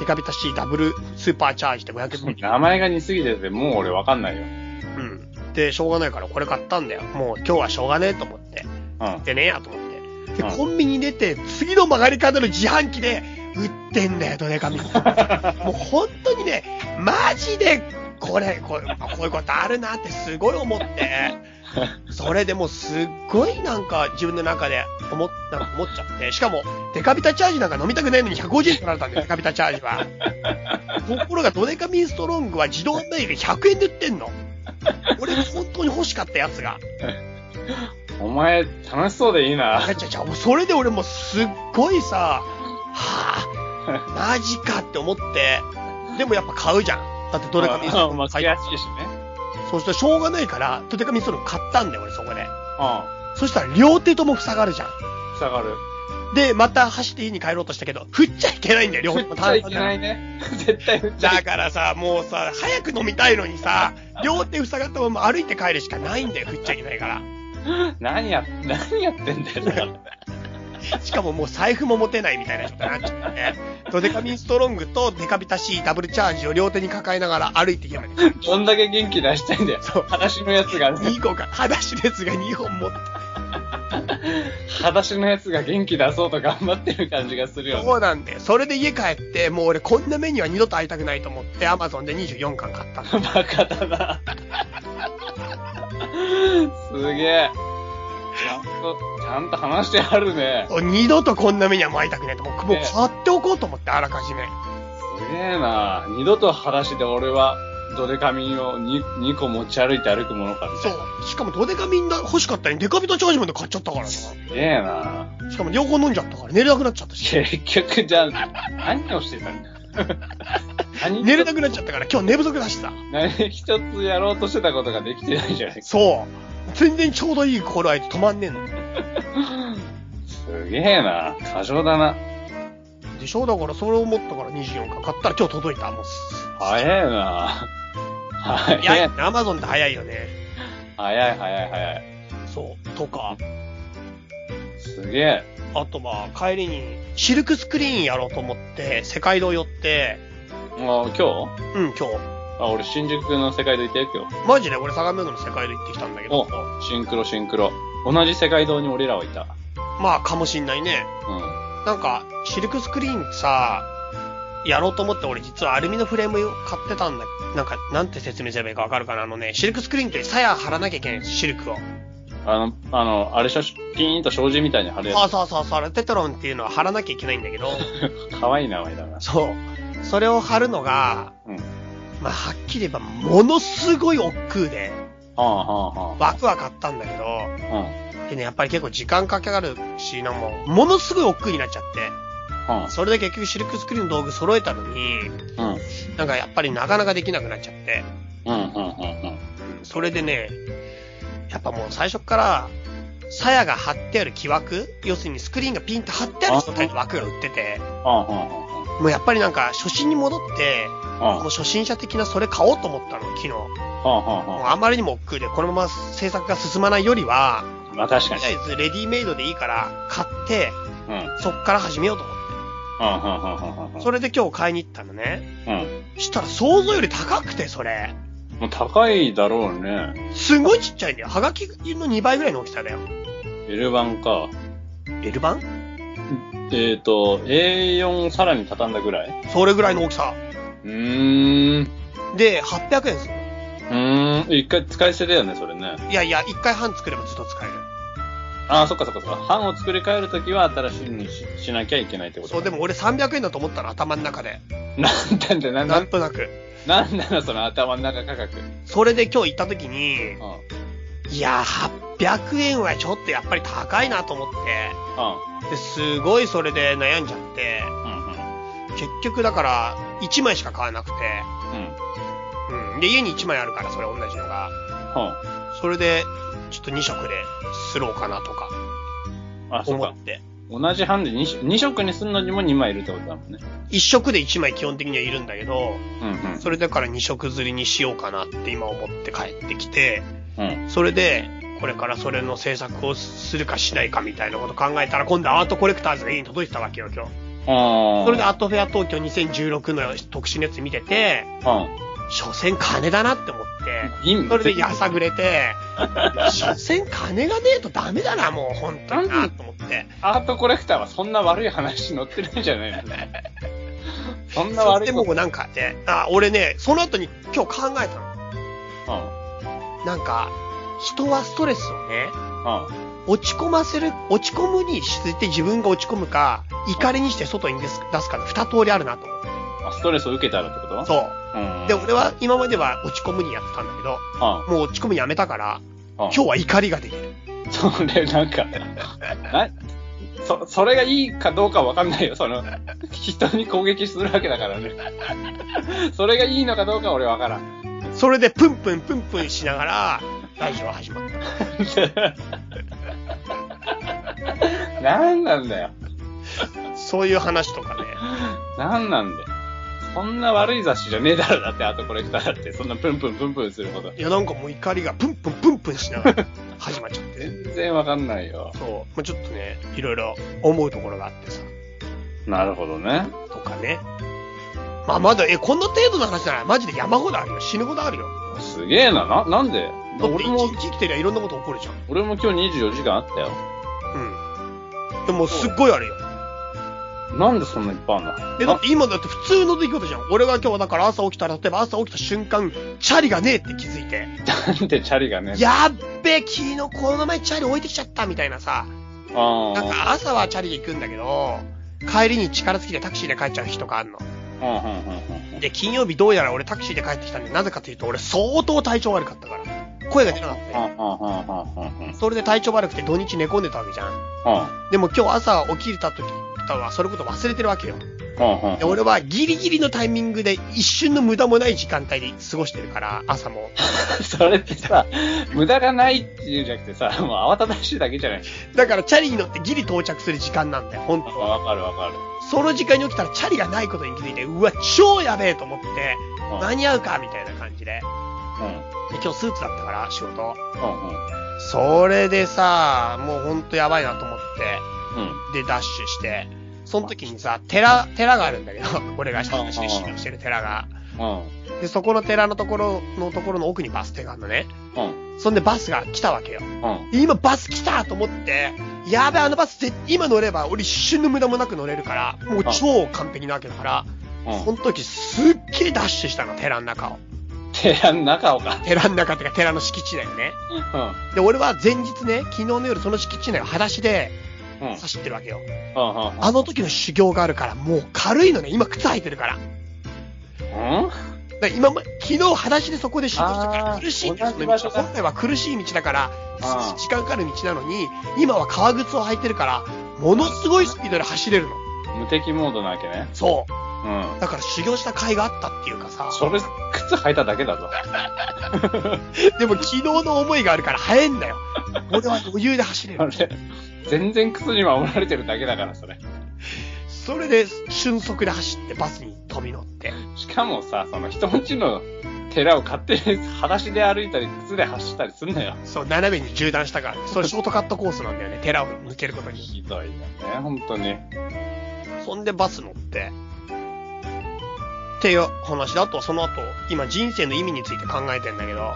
デカビタ C ダブルスーパーチャージで500ミリ。名前が似すぎてて、もう俺わかんないよ。うん。で、しょうがないからこれ買ったんだよ。もう今日はしょうがねえと思って。うん。でねえやと思って。で、うんコンビニ出て、次の曲がり角の自販機で、売ってんだよ、ドデ カミンストロング。もう本当にね、マジで、これ、こうこういうことあるなってすごい思って、それでもうすっごいなんか自分の中で思っなんか思っちゃって、しかもデカビタチャージなんか飲みたくないのに150円取られたんだ よ、デカビタチャージは。ところがドデカミンストロングは自動メールで100円で売ってんの。俺が本当に欲しかったやつが。お前、楽しそうでいいな。いやちゃちゃ、もうそれで俺もうすっごいさ、は ぁ、マジかって思って、でもやっぱ買うじゃん。だってドデカミンストロうンんまグあ、買悔い、しいしね。そしてしょうがないから、ドデカミンストロング買ったんだよ、俺そこで。うそしたら両手とも塞がるじゃん。ん。下がる。で、また走って家に帰ろうとしたけど、振っちゃいけないんだ よ、両方と振もっちゃい炭酸だけかならいね。絶対振っちゃいだからさ、もうさ、早く飲みたいのにさ、両手塞がったまま歩いて帰るしかないんだよ、振っちゃいけないから。何や、何やってんだよだから。しかももう財布も持てないみたいな人になっちゃって、ドデカミンストロングとデカビタ C ダブルチャージを両手に抱えながら歩いて家まで。どんだけ元気出したいんだよ。そう裸足のやつがね。 2個か、裸足ですが2本持って。裸足のやつが元気出そうと頑張ってる感じがするよね。そうなんだよ。それで家帰って、もう俺こんな目には二度と会いたくないと思って、アマゾンで24巻買ったんだよ。バカだな。すげえ。ちゃんと、ちゃんと話してあるね。二度とこんな目にはもう会いたくないと思って、もうね買っておこうと思って、あらかじめ。すげえな二度と裸足で俺はドデカミンを 2, 2個持ち歩いて歩くものかみたそいな。う。しかもドデカミンだ欲しかったのにデカビタチャージまで買っちゃったからな。しすげえなかも両方飲んじゃったから寝れなくなっちゃったし。結局じゃあ、何をしてたんだ何 寝れなくなっゃちゃったから今日寝不足だしさ。何一つやろうとしてたことができてないじゃないか。そう。全然ちょうどいい頃合いで止まんねえの。すげえな過剰だな。でしょだからそれを持ったから24巻買ったら今日届いた。もうす。早えな早いや、い。アマゾンで早いよね。早い早い早い。そう。とか、すげえ。あとまあ帰りにシルクスクリーンやろうと思って、世界堂寄って、もう今日うん、今日。あ、俺新宿の世界でいたよ、今日。マジで俺相模湖の世界堂行ってきたんだけど、シンクロシンクロ。同じ世界堂に俺らはいた。まあかもしんないね。うん。なんか、シルクスクリーンさ、やろうと思って俺実はアルミのフレームを買ってたんだ。なんか、なんて説明すればいいかわかるかなあのね、シルクスクリーンって鞘張らなきゃいけないんですシルクを。あの、あの、あれでしょ、ピーンと障子みたいに貼るそやうそうそうそう、テトロンっていうのは貼らなきゃいけないんだけど、つ。かわいい名前だな。そう。それを貼るのが、うん。はまあ、はっきり言えば、ものすごい億劫で、あはワクワクあったんだけど、あはあ。うん。はでね、やっぱり結構時間かかるし、なんもう、ものすごい億劫になっちゃって、あ。それで結局シルクスクリーンの道具揃えたのに、うん。うんなんかやっぱりなかなかできなくなっちゃって、うんうんそれでね、やっぱもう最初っから、鞘が張ってある木枠要するにスクリーンがピンと張ってある状態の枠が売ってて、うもうやっぱりなんか初心に戻って、ん。うんうんうんうん。うんもう初心者的なそれ買おうと思ったの、昨日。もううんあまりにも億劫で、このまま制作が進まないよりは、うん。まあ確とかにり。あえずレディメイドでいいから買って、うん。うんうんそっから始めようと思って。うんうんうん。それで今日買いに行ったのね。うん。したら想像より高くて、それ。もう高いだろうね。すごいちっちゃいんだよ。はがきの2倍ぐらいの大きさだよ。 L 版か。 L 版えっと、A4 さらに畳んだぐらいそれぐらいの大きさ。うーん。うで、800円するーん。一回使い捨てだよね、それね。の。いやいや、1回半作ればずっと使える。ああ、そっかそっかそっか。版を作り変えるときは新しいにししなきゃいけないってことそう、でも俺300円だと思ったの、頭の中で。なんだんだ、なんなだんとなく。なんなのその頭の中価格。それで今日行った時に、うん。うん。いやー、800円はちょっとやっぱり高いなと思って、ですごいそれで悩んじゃって、うんうん。結局だから、1枚しか買わなくて、うん。うん。で、家に1枚あるから、それ同じのが。はそれで、ちょっと2色で、スローかなとか、あ。あ、そう思かっ。て。同じ班で 2, 2色にするのにも2枚いるってことだもんね。 1色で1枚基本的にはいるんだけど、うんうん。それだから2色釣りにしようかなって今思って帰ってきて、うん。それで、これからそれの制作をするかしないかみたいなこと考えたら、今度アートコレクターズが家に届いてたわけよ、今日。ああ。それでアートフェア東京2016の特殊熱見てて、う所詮金だなって思って、ん。いいそれでやさぐれ て、所詮金がねえとダメだな、もう本当になと思って。アートコレクターはそんな悪い話載ってるんじ ゃないのそんそなし悪いてこもと。うなんかね、あ、俺ね、その後に今日考えたの。うん。なんか、人はストレスをね、うん。落ち込ませる、落ち込むにして自分が落ち込むか、怒りにして外に出す出すかの二通りあるなと思って。あ、ストレスを受けたらってことそう。う。うん。で、俺は今までは落ち込むにやってたんだけど、うもう落ち込むやめたから、ん。うん今日は怒りができる。それなんか、な、そ、それがいいかどうかわかんないよ。その、人に攻撃するわけだからね。それがいいのかどうかは俺わからん。それでプンプンプンプンしながら、ラジオ始まった。なんなんだよ。そういう話とかね。なんなんだよ。そんな悪い雑誌じゃねえだろ、だって、アートコレクターだって、そんなプンプンプンプンするほど。いや、なんかもう怒りがプンプンプンプンしながら始まっちゃってね。全然わかんないよ。そう。もうちょっとね、いろいろ思うところがあってさ、なるほどね。とかね。まあまだ、え、こんな程度の話ならマジで山ほどあるよ。死ぬほどあるよ。すげえな、な、なんでだって俺も生、き生きてりゃいろんなこと起こるじゃん。俺も今日24時間あったよ。うん。でもすっごいあるよ。なんでそんないっぱいあんのえ、だって今だって普通の出来事じゃん。俺が今日だから朝起きたら、例えば朝起きた瞬間、チャリがねえって気づいて、なんでチャリがね。やっべ、昨日この前チャリ置いてきちゃったみたいなさ、あなんあ。か朝はチャリで行くんだけど、帰りに力尽きてタクシーで帰っちゃう日とかあんの。うんうんうんうんで、金曜日どうやら俺タクシーで帰ってきたんで、なぜかというと俺相当体調悪かったから。声が出なかったうんよ。うんうんうんうんそれで体調悪くて土日寝込んでたわけじゃん。でも今日朝起きた時とはそれこと忘れてるわけよ。うんうんで俺はギリギリのタイミングで一瞬の無駄もない時間帯で過ごしてるから、朝も。それってさ、無駄がないっていうんじゃなくてさ、もう慌ただしいだけじゃない。だからチャリに乗ってギリ到着する時間なんだよ、本当は。わかるわかる。その時間に起きたらチャリがないことに気づいて、うわ、超やべえと思って、うん間に合うかみたいな感じで。うんで今日スーツだったから、仕事。うんうんそれでさ、もうほんとやばいなと思っうんて、で、ダッシュして、その時にさ、寺、寺があるんだけど、 俺が親しくしてる寺が。うんで、そこの寺のところのところの奥にバス停があるのね。うんそんでバスが来たわけよ。うん今バス来たと思って、やべ、あのバス絶今乗れば俺一瞬の無駄もなく乗れるから、もう超完璧なわけだから、その時すっげえダッシュしたの、寺の中を。寺の中をか。寺の中っていうか寺の敷地内をね。うんで、俺は前日ね、昨日の夜その敷地内を裸足でうん走ってるわけよ。うんうんあの時の修行があるから、もう軽いのね、今靴履いてるから。うんだから今ま、昨日裸足でそこで修行したからあー苦しいんです同じね。場所だ本来は苦しい道だからあー、時間かかる道なのに、今は革靴を履いてるから、ものすごいスピードで走れるの。無敵モードなわけね。そうう。ん。だから修行した甲斐があったっていうかさ、それ、靴履いただけだぞ。でも昨日の思いがあるから早いんだよ。俺は余裕で走れあ る。れ、全然靴に守られてるだけだから、それ。それで瞬足で走ってバスに飛び乗って。しかもさ、その人んちの寺を勝手に裸足で歩いたり、靴で走ったりすんなよ。そう、斜めに縦断したから、ね、それショートカットコースなんだよね、寺を抜けることに。ひどいよね、本当に。そんでバス乗って。っていう話だと、その後、今人生の意味について考えてんだけど、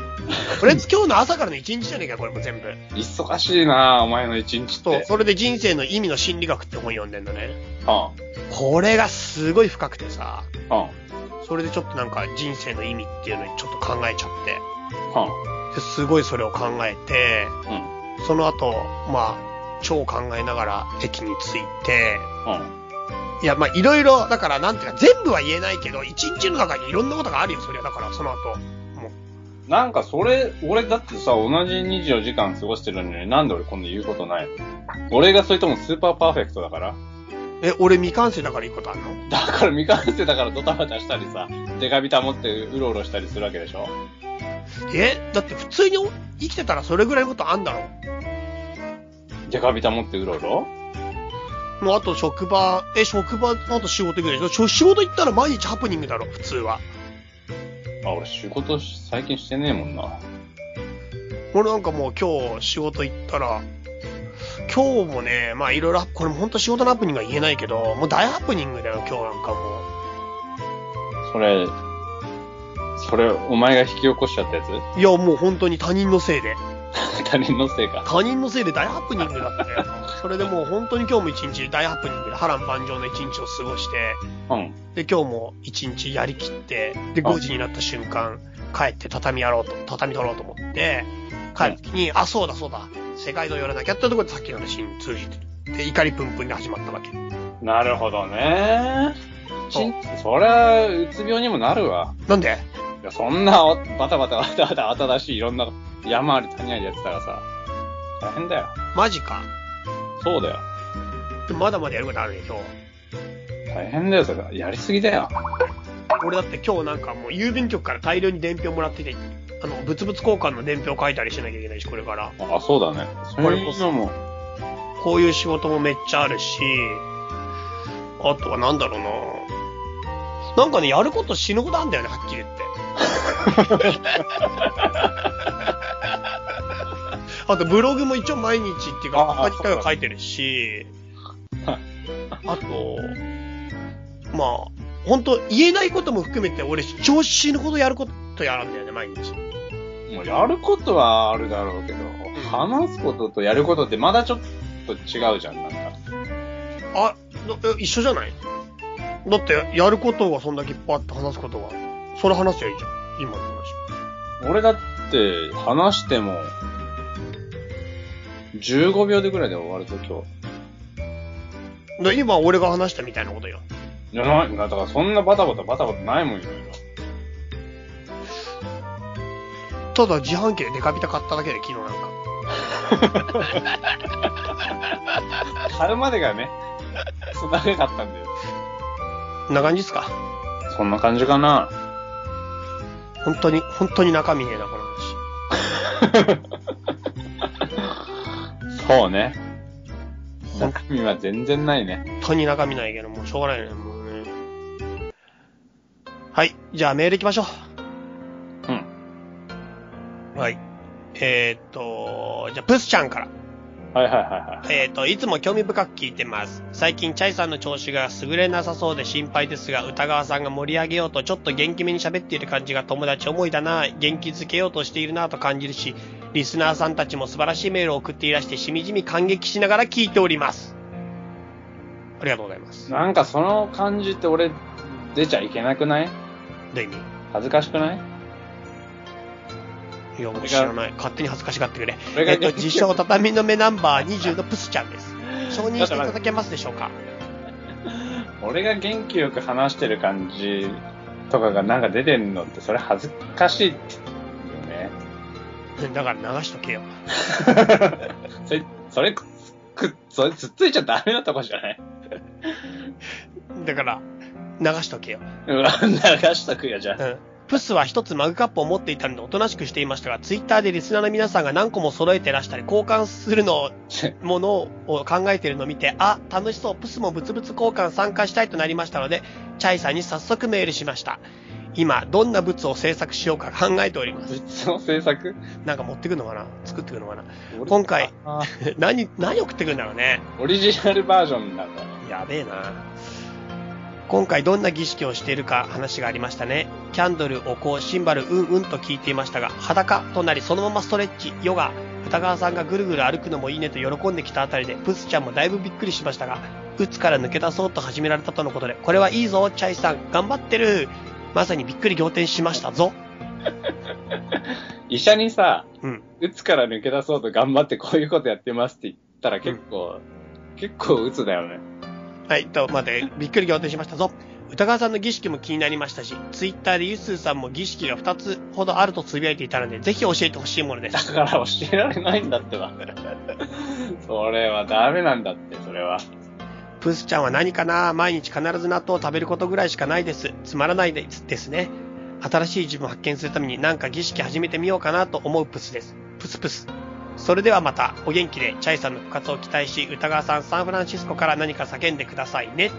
とりあえず今日の朝からの一日じゃねえかよ、これも全部。忙しいなお前の一日っそう、て。それで人生の意味の心理学って本読んでんだね。そこれがすごい深くてさ、うん。うん。うん。それでちょっとなんか人生の意味っていうのにちょっと考えちゃって、ですごいそれを考えて、うん。その後、まあ、超考えながら駅に着いて、うん。いや、まあ、いろいろ、だから、なんていうか、全部は言えないけど、一日の中にいろんなことがあるよ、そりゃ。だから、その後、もう、なんかそれ、俺だってさ、同じ24時間過ごしてるのになんで俺今度言うことないの俺がそれともスーパーパーフェクトだからえ、俺未完成だからいいことあんのだから未完成だからドタバタしたりさ、デカビタ持ってうろうろしたりするわけでしょえ、だって普通に生きてたらそれぐらいのことあんだろ。デカビタ持ってうろうろもうあと職場、え、職場のあと仕事行くでしょしょ仕事行ったら毎日ハプニングだろ、普通は。あ、俺仕事し最近してねえもんな。俺なんかもう今日仕事行ったら、今日もね、まあいろいろ、これも本当仕事のハプニングは言えないけど、もう大ハプニングだよ、今日なんかもう。それ、それ、お前が引き起こしちゃったやつ いや、もう本当に他人のせいで。他人のせいか。他人のせいで大ハプニングだって。それでもう本当に今日も一日大ハプニングで波乱万丈の一日を過ごして、うん。で、今日も一日やりきって、で、あ5時になった瞬間、帰って畳やろうと、畳取ろうと思って、帰る時に、あ、そうだそうだ、世界道やらなきゃってところでさっきの話に通じて、で、怒りプンプンで始まったわけ。なるほどね。そそうそりゃ、うつ病にもなるわ。なんでいや、そんなお、バタバタバタバタあただしい、いろんな山あり谷ありやってたらさ、大変だよ。マジか。そうだよ。でもまだまだやることあるでしょ。大変だよ、それは。やりすぎだよ。俺だって今日なんかもう郵便局から大量に伝票もらってて、あの、物々交換の伝票書いたりしなきゃいけないし、これから。あ、そうだね。こそれれここそそも、こういう仕事もめっちゃあるし、あとはなんだろうな。なんかね、やること死ぬことあんだよね、はっきり言って。あとブログも一応毎日っていうか、ああ毎回は書いてるし、はいあと、まあ、本当言えないことも含めて、俺、調子死ぬほどやることやらんだよね、毎日。もうやることはあるだろうけど、話すこととやることってまだちょっと違うじゃん、なんか。あ、どえ一緒じゃないだって、やることがそんだけいっぱいあって話すことは、それ話せばいいじゃん。今の話。俺だって、話しても、15秒でぐらいで終わると今で今、俺が話したみたいなことよ。日。いや、ないだからそんなバタバタバタバタないもん、いろいろ。ただ、自販機でデカビタ買っただけで、昨日なんか。買うまでがね、そんな長かったんだよ。こんな感じっすかそんな感じかな。本当に、本当に中身ねえな、この話。そうね。ほん中身は全然ないね。本当に中身ないけど、もうしょうがないね、もうね。はい。じゃあ、メール行きましょうん。う。はい。えー、っと、じゃあ、プスちゃんから。はいはいはいはえっ、と、いつも興味深く聞いてます。最近、チャイさんの調子が優れなさそうで心配ですが、歌川さんが盛り上げようと、ちょっと元気めに喋っている感じが友達思いだな、元気づけようとしているなと感じるし、リスナーさんたちも素晴らしいメールを送っていらして、しみじみ感激しながら聞いております。ありがとうございまい。す。なんかその感じって俺、出ちゃいけなくないデイミ恥ずかしくないー。いや、俺知らない。勝手に恥ずかしがってくれ。俺がえっ、と、自称畳の目ナンバー20のプスちゃん です。承認していただけますでしょうか俺が元気よく話してる感じとかがなんか出てんのって、それ恥ずかしいよね。うんだから流しとけよ。 それ、それ、く、それ、つっついちゃダメなとこじゃないだから、流しとけよ。うわ、流しとくよ、じゃあ。うんプスは一つマグカップを持っていたのでおとなしくしていましたが、ツイッターでリスナーの皆さんが何個も揃えてらしたり、交換するのを、ものを考えているのを見て、あ、楽しそう、プスも物々交換参加したいとなりましたので、チャイさんに早速メールしました。今、どんな物を制作しようか考えております。実の制作なんか持ってくのかな作ってくのかな 今回。あ何、何送ってくんだろうね。オリジナルバージョンなんだ。やべえな今回どんな儀式をしているか話がありましたねキャンドルお香シンバルうんうんと聞いていましたが裸となりそのままストレッチヨガ歌川さんがぐるぐる歩くのもいいねと喜んできたあたりでプスちゃんもだいぶびっくりしましたがうつから抜け出そうと始められたとのことでこれはいいぞチャイさん頑張ってるまさにびっくり仰天しましたぞ医者にさ、うんうつから抜け出そうと頑張ってこういうことやってますって言ったら結構、結構うつだよね。はい、と、待って、びっくり仰天しましたぞ。歌川さんの儀式も気になりましたし、ツイッターでゆすーさんも儀式が2つほどあるとつぶやいていたので、ぜひ教えてほしいものでだす。から教えられないんだってば。 それはダメなんだって、それは。プスちゃんは何かな毎日必ず納豆を食べることぐらいしかないです。つまらないですですね。新しい自分を発見するために何か儀式始めてみようかなと思うプスです。プスプス。それではまた、お元気で、チャイさんの復活を期待し、歌川さんサンフランシスコから何か叫んでくださいね。という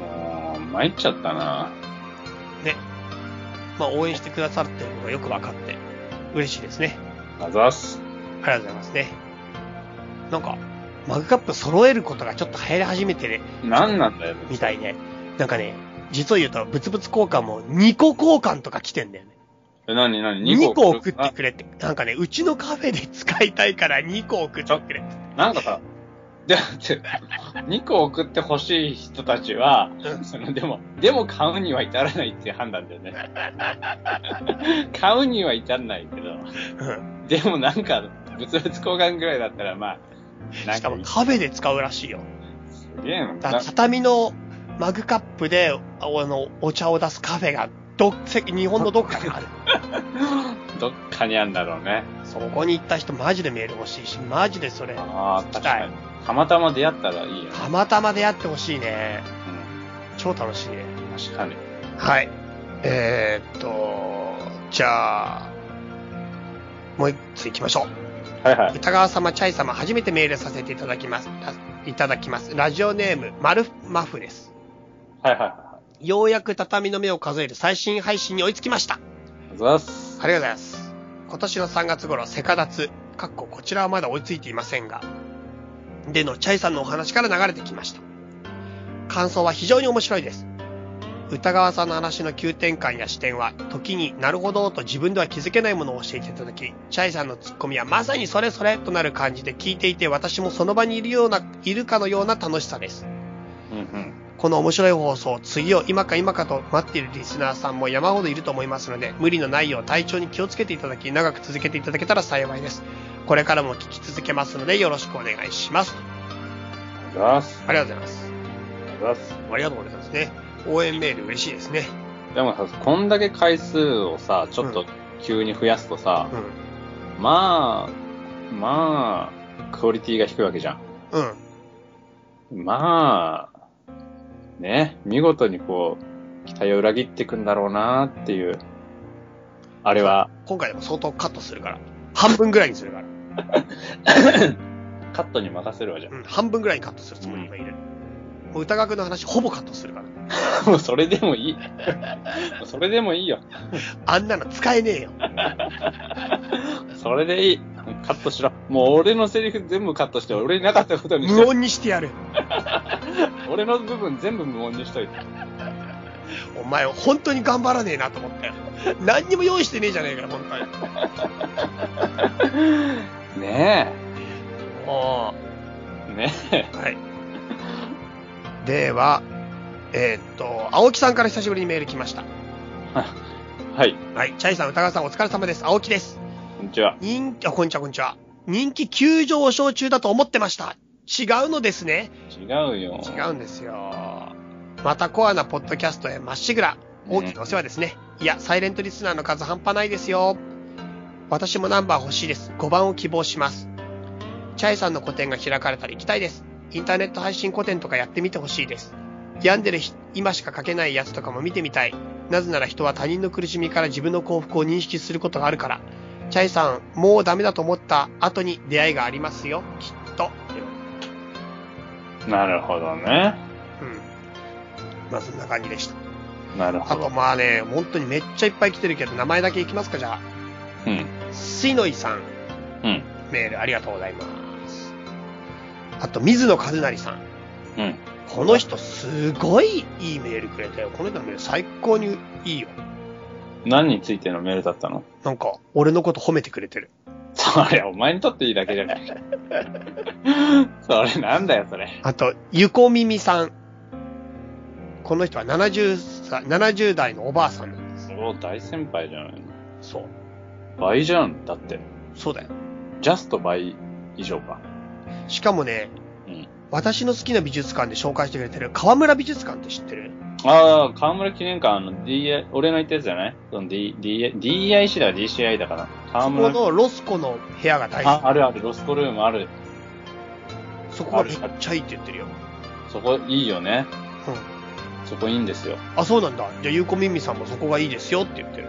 もう、参っちゃったな。ね。まあ、応援してくださってるのがよくわかって、嬉しいですね。あざっす。ありがとうございますね。なんか、マグカップ揃えることがちょっと流行り始めてる何なんだよ。みたいで、なんかね、実を言うと、物々交換も2個交換とか来てんだよね。え、何何2 ?2 個個送ってくれって。なんかね、うちのカフェで使いたいから2個送ってくれ。あなんかさ、だ って、2個送ってほしい人たちは、そのでも、でも買うには至らないっていう判断だよね。 買うには至らないけど、うんでもなんか、物々交換ぐらいだったら、まあ、なんしかもか、カフェで使うらしいよ。すげえな。だな畳のマグカップで、ああの、お茶を出すカフェが、どっ、せ日本のどっかに ある。どっかにあるんだろうね。そこに行った人マジでメール欲しいし、マジでそれ、ああ、き確たいかに。たまたま出会ったらいいよね。たまたまでやってほしいね。超楽しいね。うん、確かに。はい。えー、っと、じゃあ、もう一つ行きましょう。はいはい。歌川様、チャイ様、初めてメールさせていただきます。らいただきます。ラジオネーム、マルマフです。はいはいはようやく畳の目を数える最新配信に追いつきました。あい。あざっす。りがとうございます。今年の3月頃、セカダツ、かっここちらはまだ追いついていませんが、でのチャイさんのお話から流れてきました。感想は非常に面白いです。歌川さんの話の急転換や視点は、時になるほどと自分では気づけないものを教えていただき、チャイさんのツッコミはまさにそれそれとなる感じで聞いていて、私もその場にいるような、いるかのような楽しさです。うんうん。この面白い放送、次を今か今かと待っているリスナーさんも山ほどいると思いますので、無理のないよう体調に気をつけていただき、長く続けていただけたら幸いです。これからも聞き続けますので、よろしくお願いします。あざっす。ありがとうございます。あざっす。ありがとうございますね。応援メール嬉しいですね。でもさ、こんだけ回数をさ、ちょっうと急に増やすとさ、うまあ、まあ、クオリティが低いわけじゃん。ん。うん。まあ、ね、見事にこう、期待を裏切っていくんだろうなっていう、あれは、今回でも相当カットするから。半分ぐらいにするから。カットに任せるわじゃんうん。半分ぐらいにカットするつもり今いる。もう歌楽の話ほぼカットするから。。もうそれでもいい。それでもいいよ。あんなの使えねえよ。それでいい。カットしろ。もう俺のセリフ全部カットして、俺になかったことにし無て、音にしてやる。俺の部分全部無音にしといて。お前本当に頑張らねえなと思ったよ。何にも用意してねえじゃねえかよ、本当に。ねおえ。ねえ。はい。では、えーっと、青木さんから久しぶりにメール来ました。はい。はい。チャイさん、歌川さん、お疲れ様です。青木です。こんにちは。人気、あ、こんにちは、こんにちは。人気急上昇中だと思ってました。違うのですね。違うよ。違うんですよ。またコアなポッドキャストへまっしぐら。大きなお世話ですね。いや、サイレントリスナーの数半端ないですよ。私もナンバー欲しいです。5番を希望します。チャイさんの個展が開かれたら行きたいです。インターネット配信個展とかやってみてほしいです。病んでるひ今しか書けないやつとかも見てみたい。なぜなら人は他人の苦しみから自分の幸福を認識することがあるから。チャイさん、もうダメだと思った後に出会いがありますよ、きっと。なるほどね。うん。まあそんな感じでした。なるほあとど。まあね、本当にめっちゃいっぱい来てるけど、名前だけいきますか、じゃうん。あ。すのいさん、うん。メールありがとうございます。あと、水野和成さん。うん。この人、すごいいいメールくれたよ。この人のメール最高にいいよ。何についてのメールだったの なんか、俺のこと褒めてくれてる。それ、お前にとっていいだけじゃない。 それ、なんだよ、それ。あと、ゆこみみさん。この人は70歳、70代のおばあさんなんです。そう、大先輩じゃないの。そう。倍じゃん。だって。そうだよ。ジャスト倍以上か。しかもね、うん私の好きな美術館で紹介してくれてる河村美術館って知ってるああ、河村記念館の DI、俺の言ったやつじゃないその D、DI、DIC だ、DCI だから。河そこ村。のロスコの部屋が大あ、好あるある、ロスコルームある。き。そこがめっちゃいいって言ってるよ。そこいいよね。うん。そこいいんですよ。あ、そうなんだ。じゃあ、ゆうこみみさんもそこがいいですよって言ってる。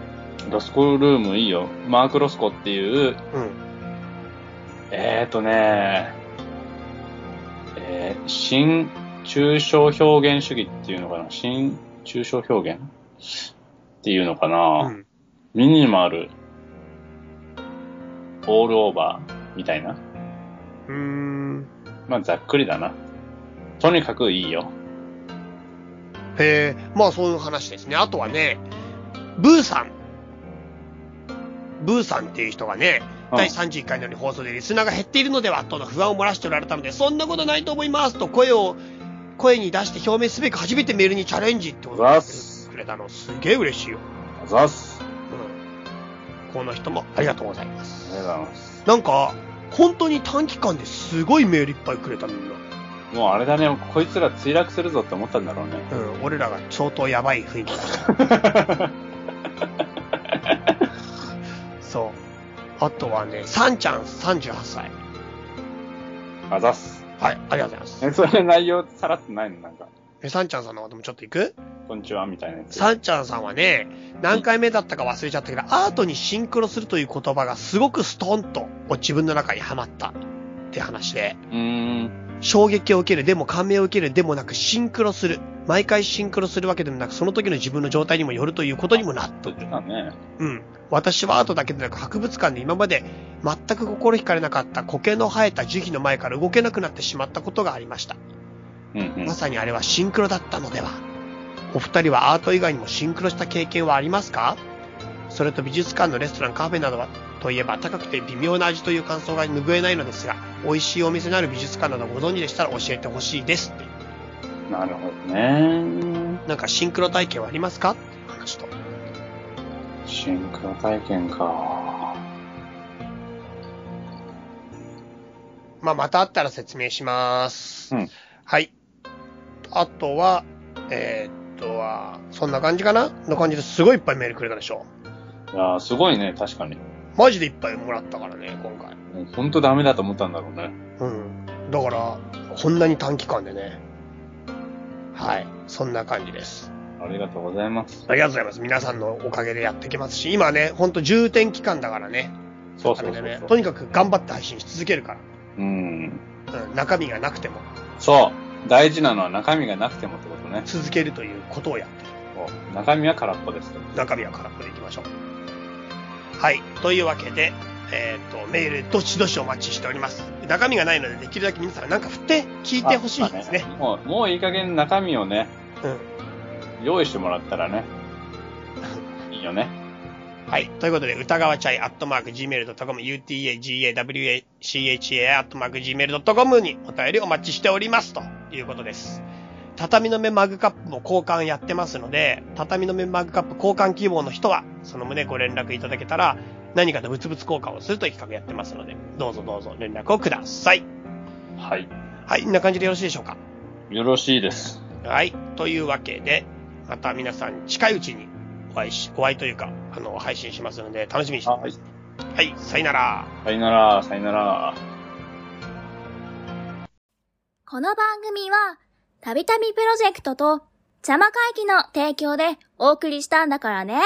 ロスコルームいいよ。マーク・ロスコっていう、うん。えーとね、えー、新抽象表現主義っていうのかな新抽象表現っていうのかな、うん。ミニマル、オールオーバーみたいな。うーん。まあざっくりだな。とにかくいいよ。へえ、まあそういう話ですね。あとはね、ブーさん。ブーさんっていう人がね、うん第31回のように放送でリスナーが減っているのではとの不安を漏らしておられたので、そんなことないと思いますと声を、声に出して表明すべく初めてメールにチャレンジってことをわやっってくれたの、すげえ嬉しいよ。あざっす。うん。この人もありがとうございまあす。りがとうございます。なんか、本当に短期間ですごいメールいっぱいくれたみんな。もうあれだね、こいつら墜落するぞって思ったんだろ うね。うん、俺らが相当やばい雰囲気だった。そう。あとはね、サンちゃん38歳。あざっす。はい、ありがとうございます。え、それ内容さらってないのなんか、え、サンちゃんさんのこともちょっと行くこんにちはみたいなやつ。サンちゃんさんはね、何回目だったか忘れちゃったけど、アートにシンクロするという言葉がすごくストンと自分の中にはまったって話で、うーん。衝撃を受ける、でも感銘を受ける、でもなくシンクロする。毎回シンクロするわけでもなく、その時の自分の状態にもよるということにもなったそっ。ちだね。うん。私はアートだけでなく博物館で今まで全く心惹かれなかった苔の生えた樹皮の前から動けなくなってしまったことがありました。うんうんま。さにあれはシンクロだったのでは。お二人はアート以外にもシンクロした経験はありますかそれと美術館のレストランカフェなどはといえば高くて微妙な味という感想が拭えないのですが、美味しいお店のある美術館などご存知でしたら教えてほしいですって。なるほどね。なんかシンクロ体験はありますかっていう話と。シンクロ体験か。まあ、またあったら説明します。うんはい。あとは、えーっとは、そんな感じかなの感じですごいいっぱいメールくれたでしょ。いやーすごいね、確かに。マジでいっぱいもらったからね、今回。もうほんとダメだと思ったんだろうね。うん。だから、こんなに短期間でね。はい。そんな感じです。ありがとうございます。ありがとうございます。皆さんのおかげでやってきますし、今ね、ほんと重点期間だからね。そうそうそあれでねうそとう。にかく頑張って配信し続けるかうん。ら。うん。中身がなくてもそう。大事なのは中身がなくてもってことね。続けるということをやってる。そう中身は空っぽですけど。中身は空っぽでいきましょう。はい。というわけで、えっ、と、メール、どしどしお待ちしております。中身がないので、できるだけ皆さんなんか振って、聞いてほしいですねあ。まあもう、もういい加減中身をね、うん。用意してもらったらね、いいよね。はい。ということで、歌川チャイ、アットマーク、gmail.com、utagawachai、アットマーク、gmail.com にお便りお待ちしております。ということです。畳の目マグカップも交換やってますので、畳の目マグカップ交換希望の人は、その旨ご連絡いただけたら、何かと物々交換をするという企画やってますので、どうぞどうぞ連絡をください。はい。はい、こんな感じでよろしいでしょうか。よろしいです。はい、というわけで、また皆さん近いうちにお会いし、お会いというか、あの、配信しますので、楽しみにしてはい。はい、さよなら。さよなら、さよなら。この番組は、たびたびプロジェクトと、邪魔会議の提供でお送りしたんだからね。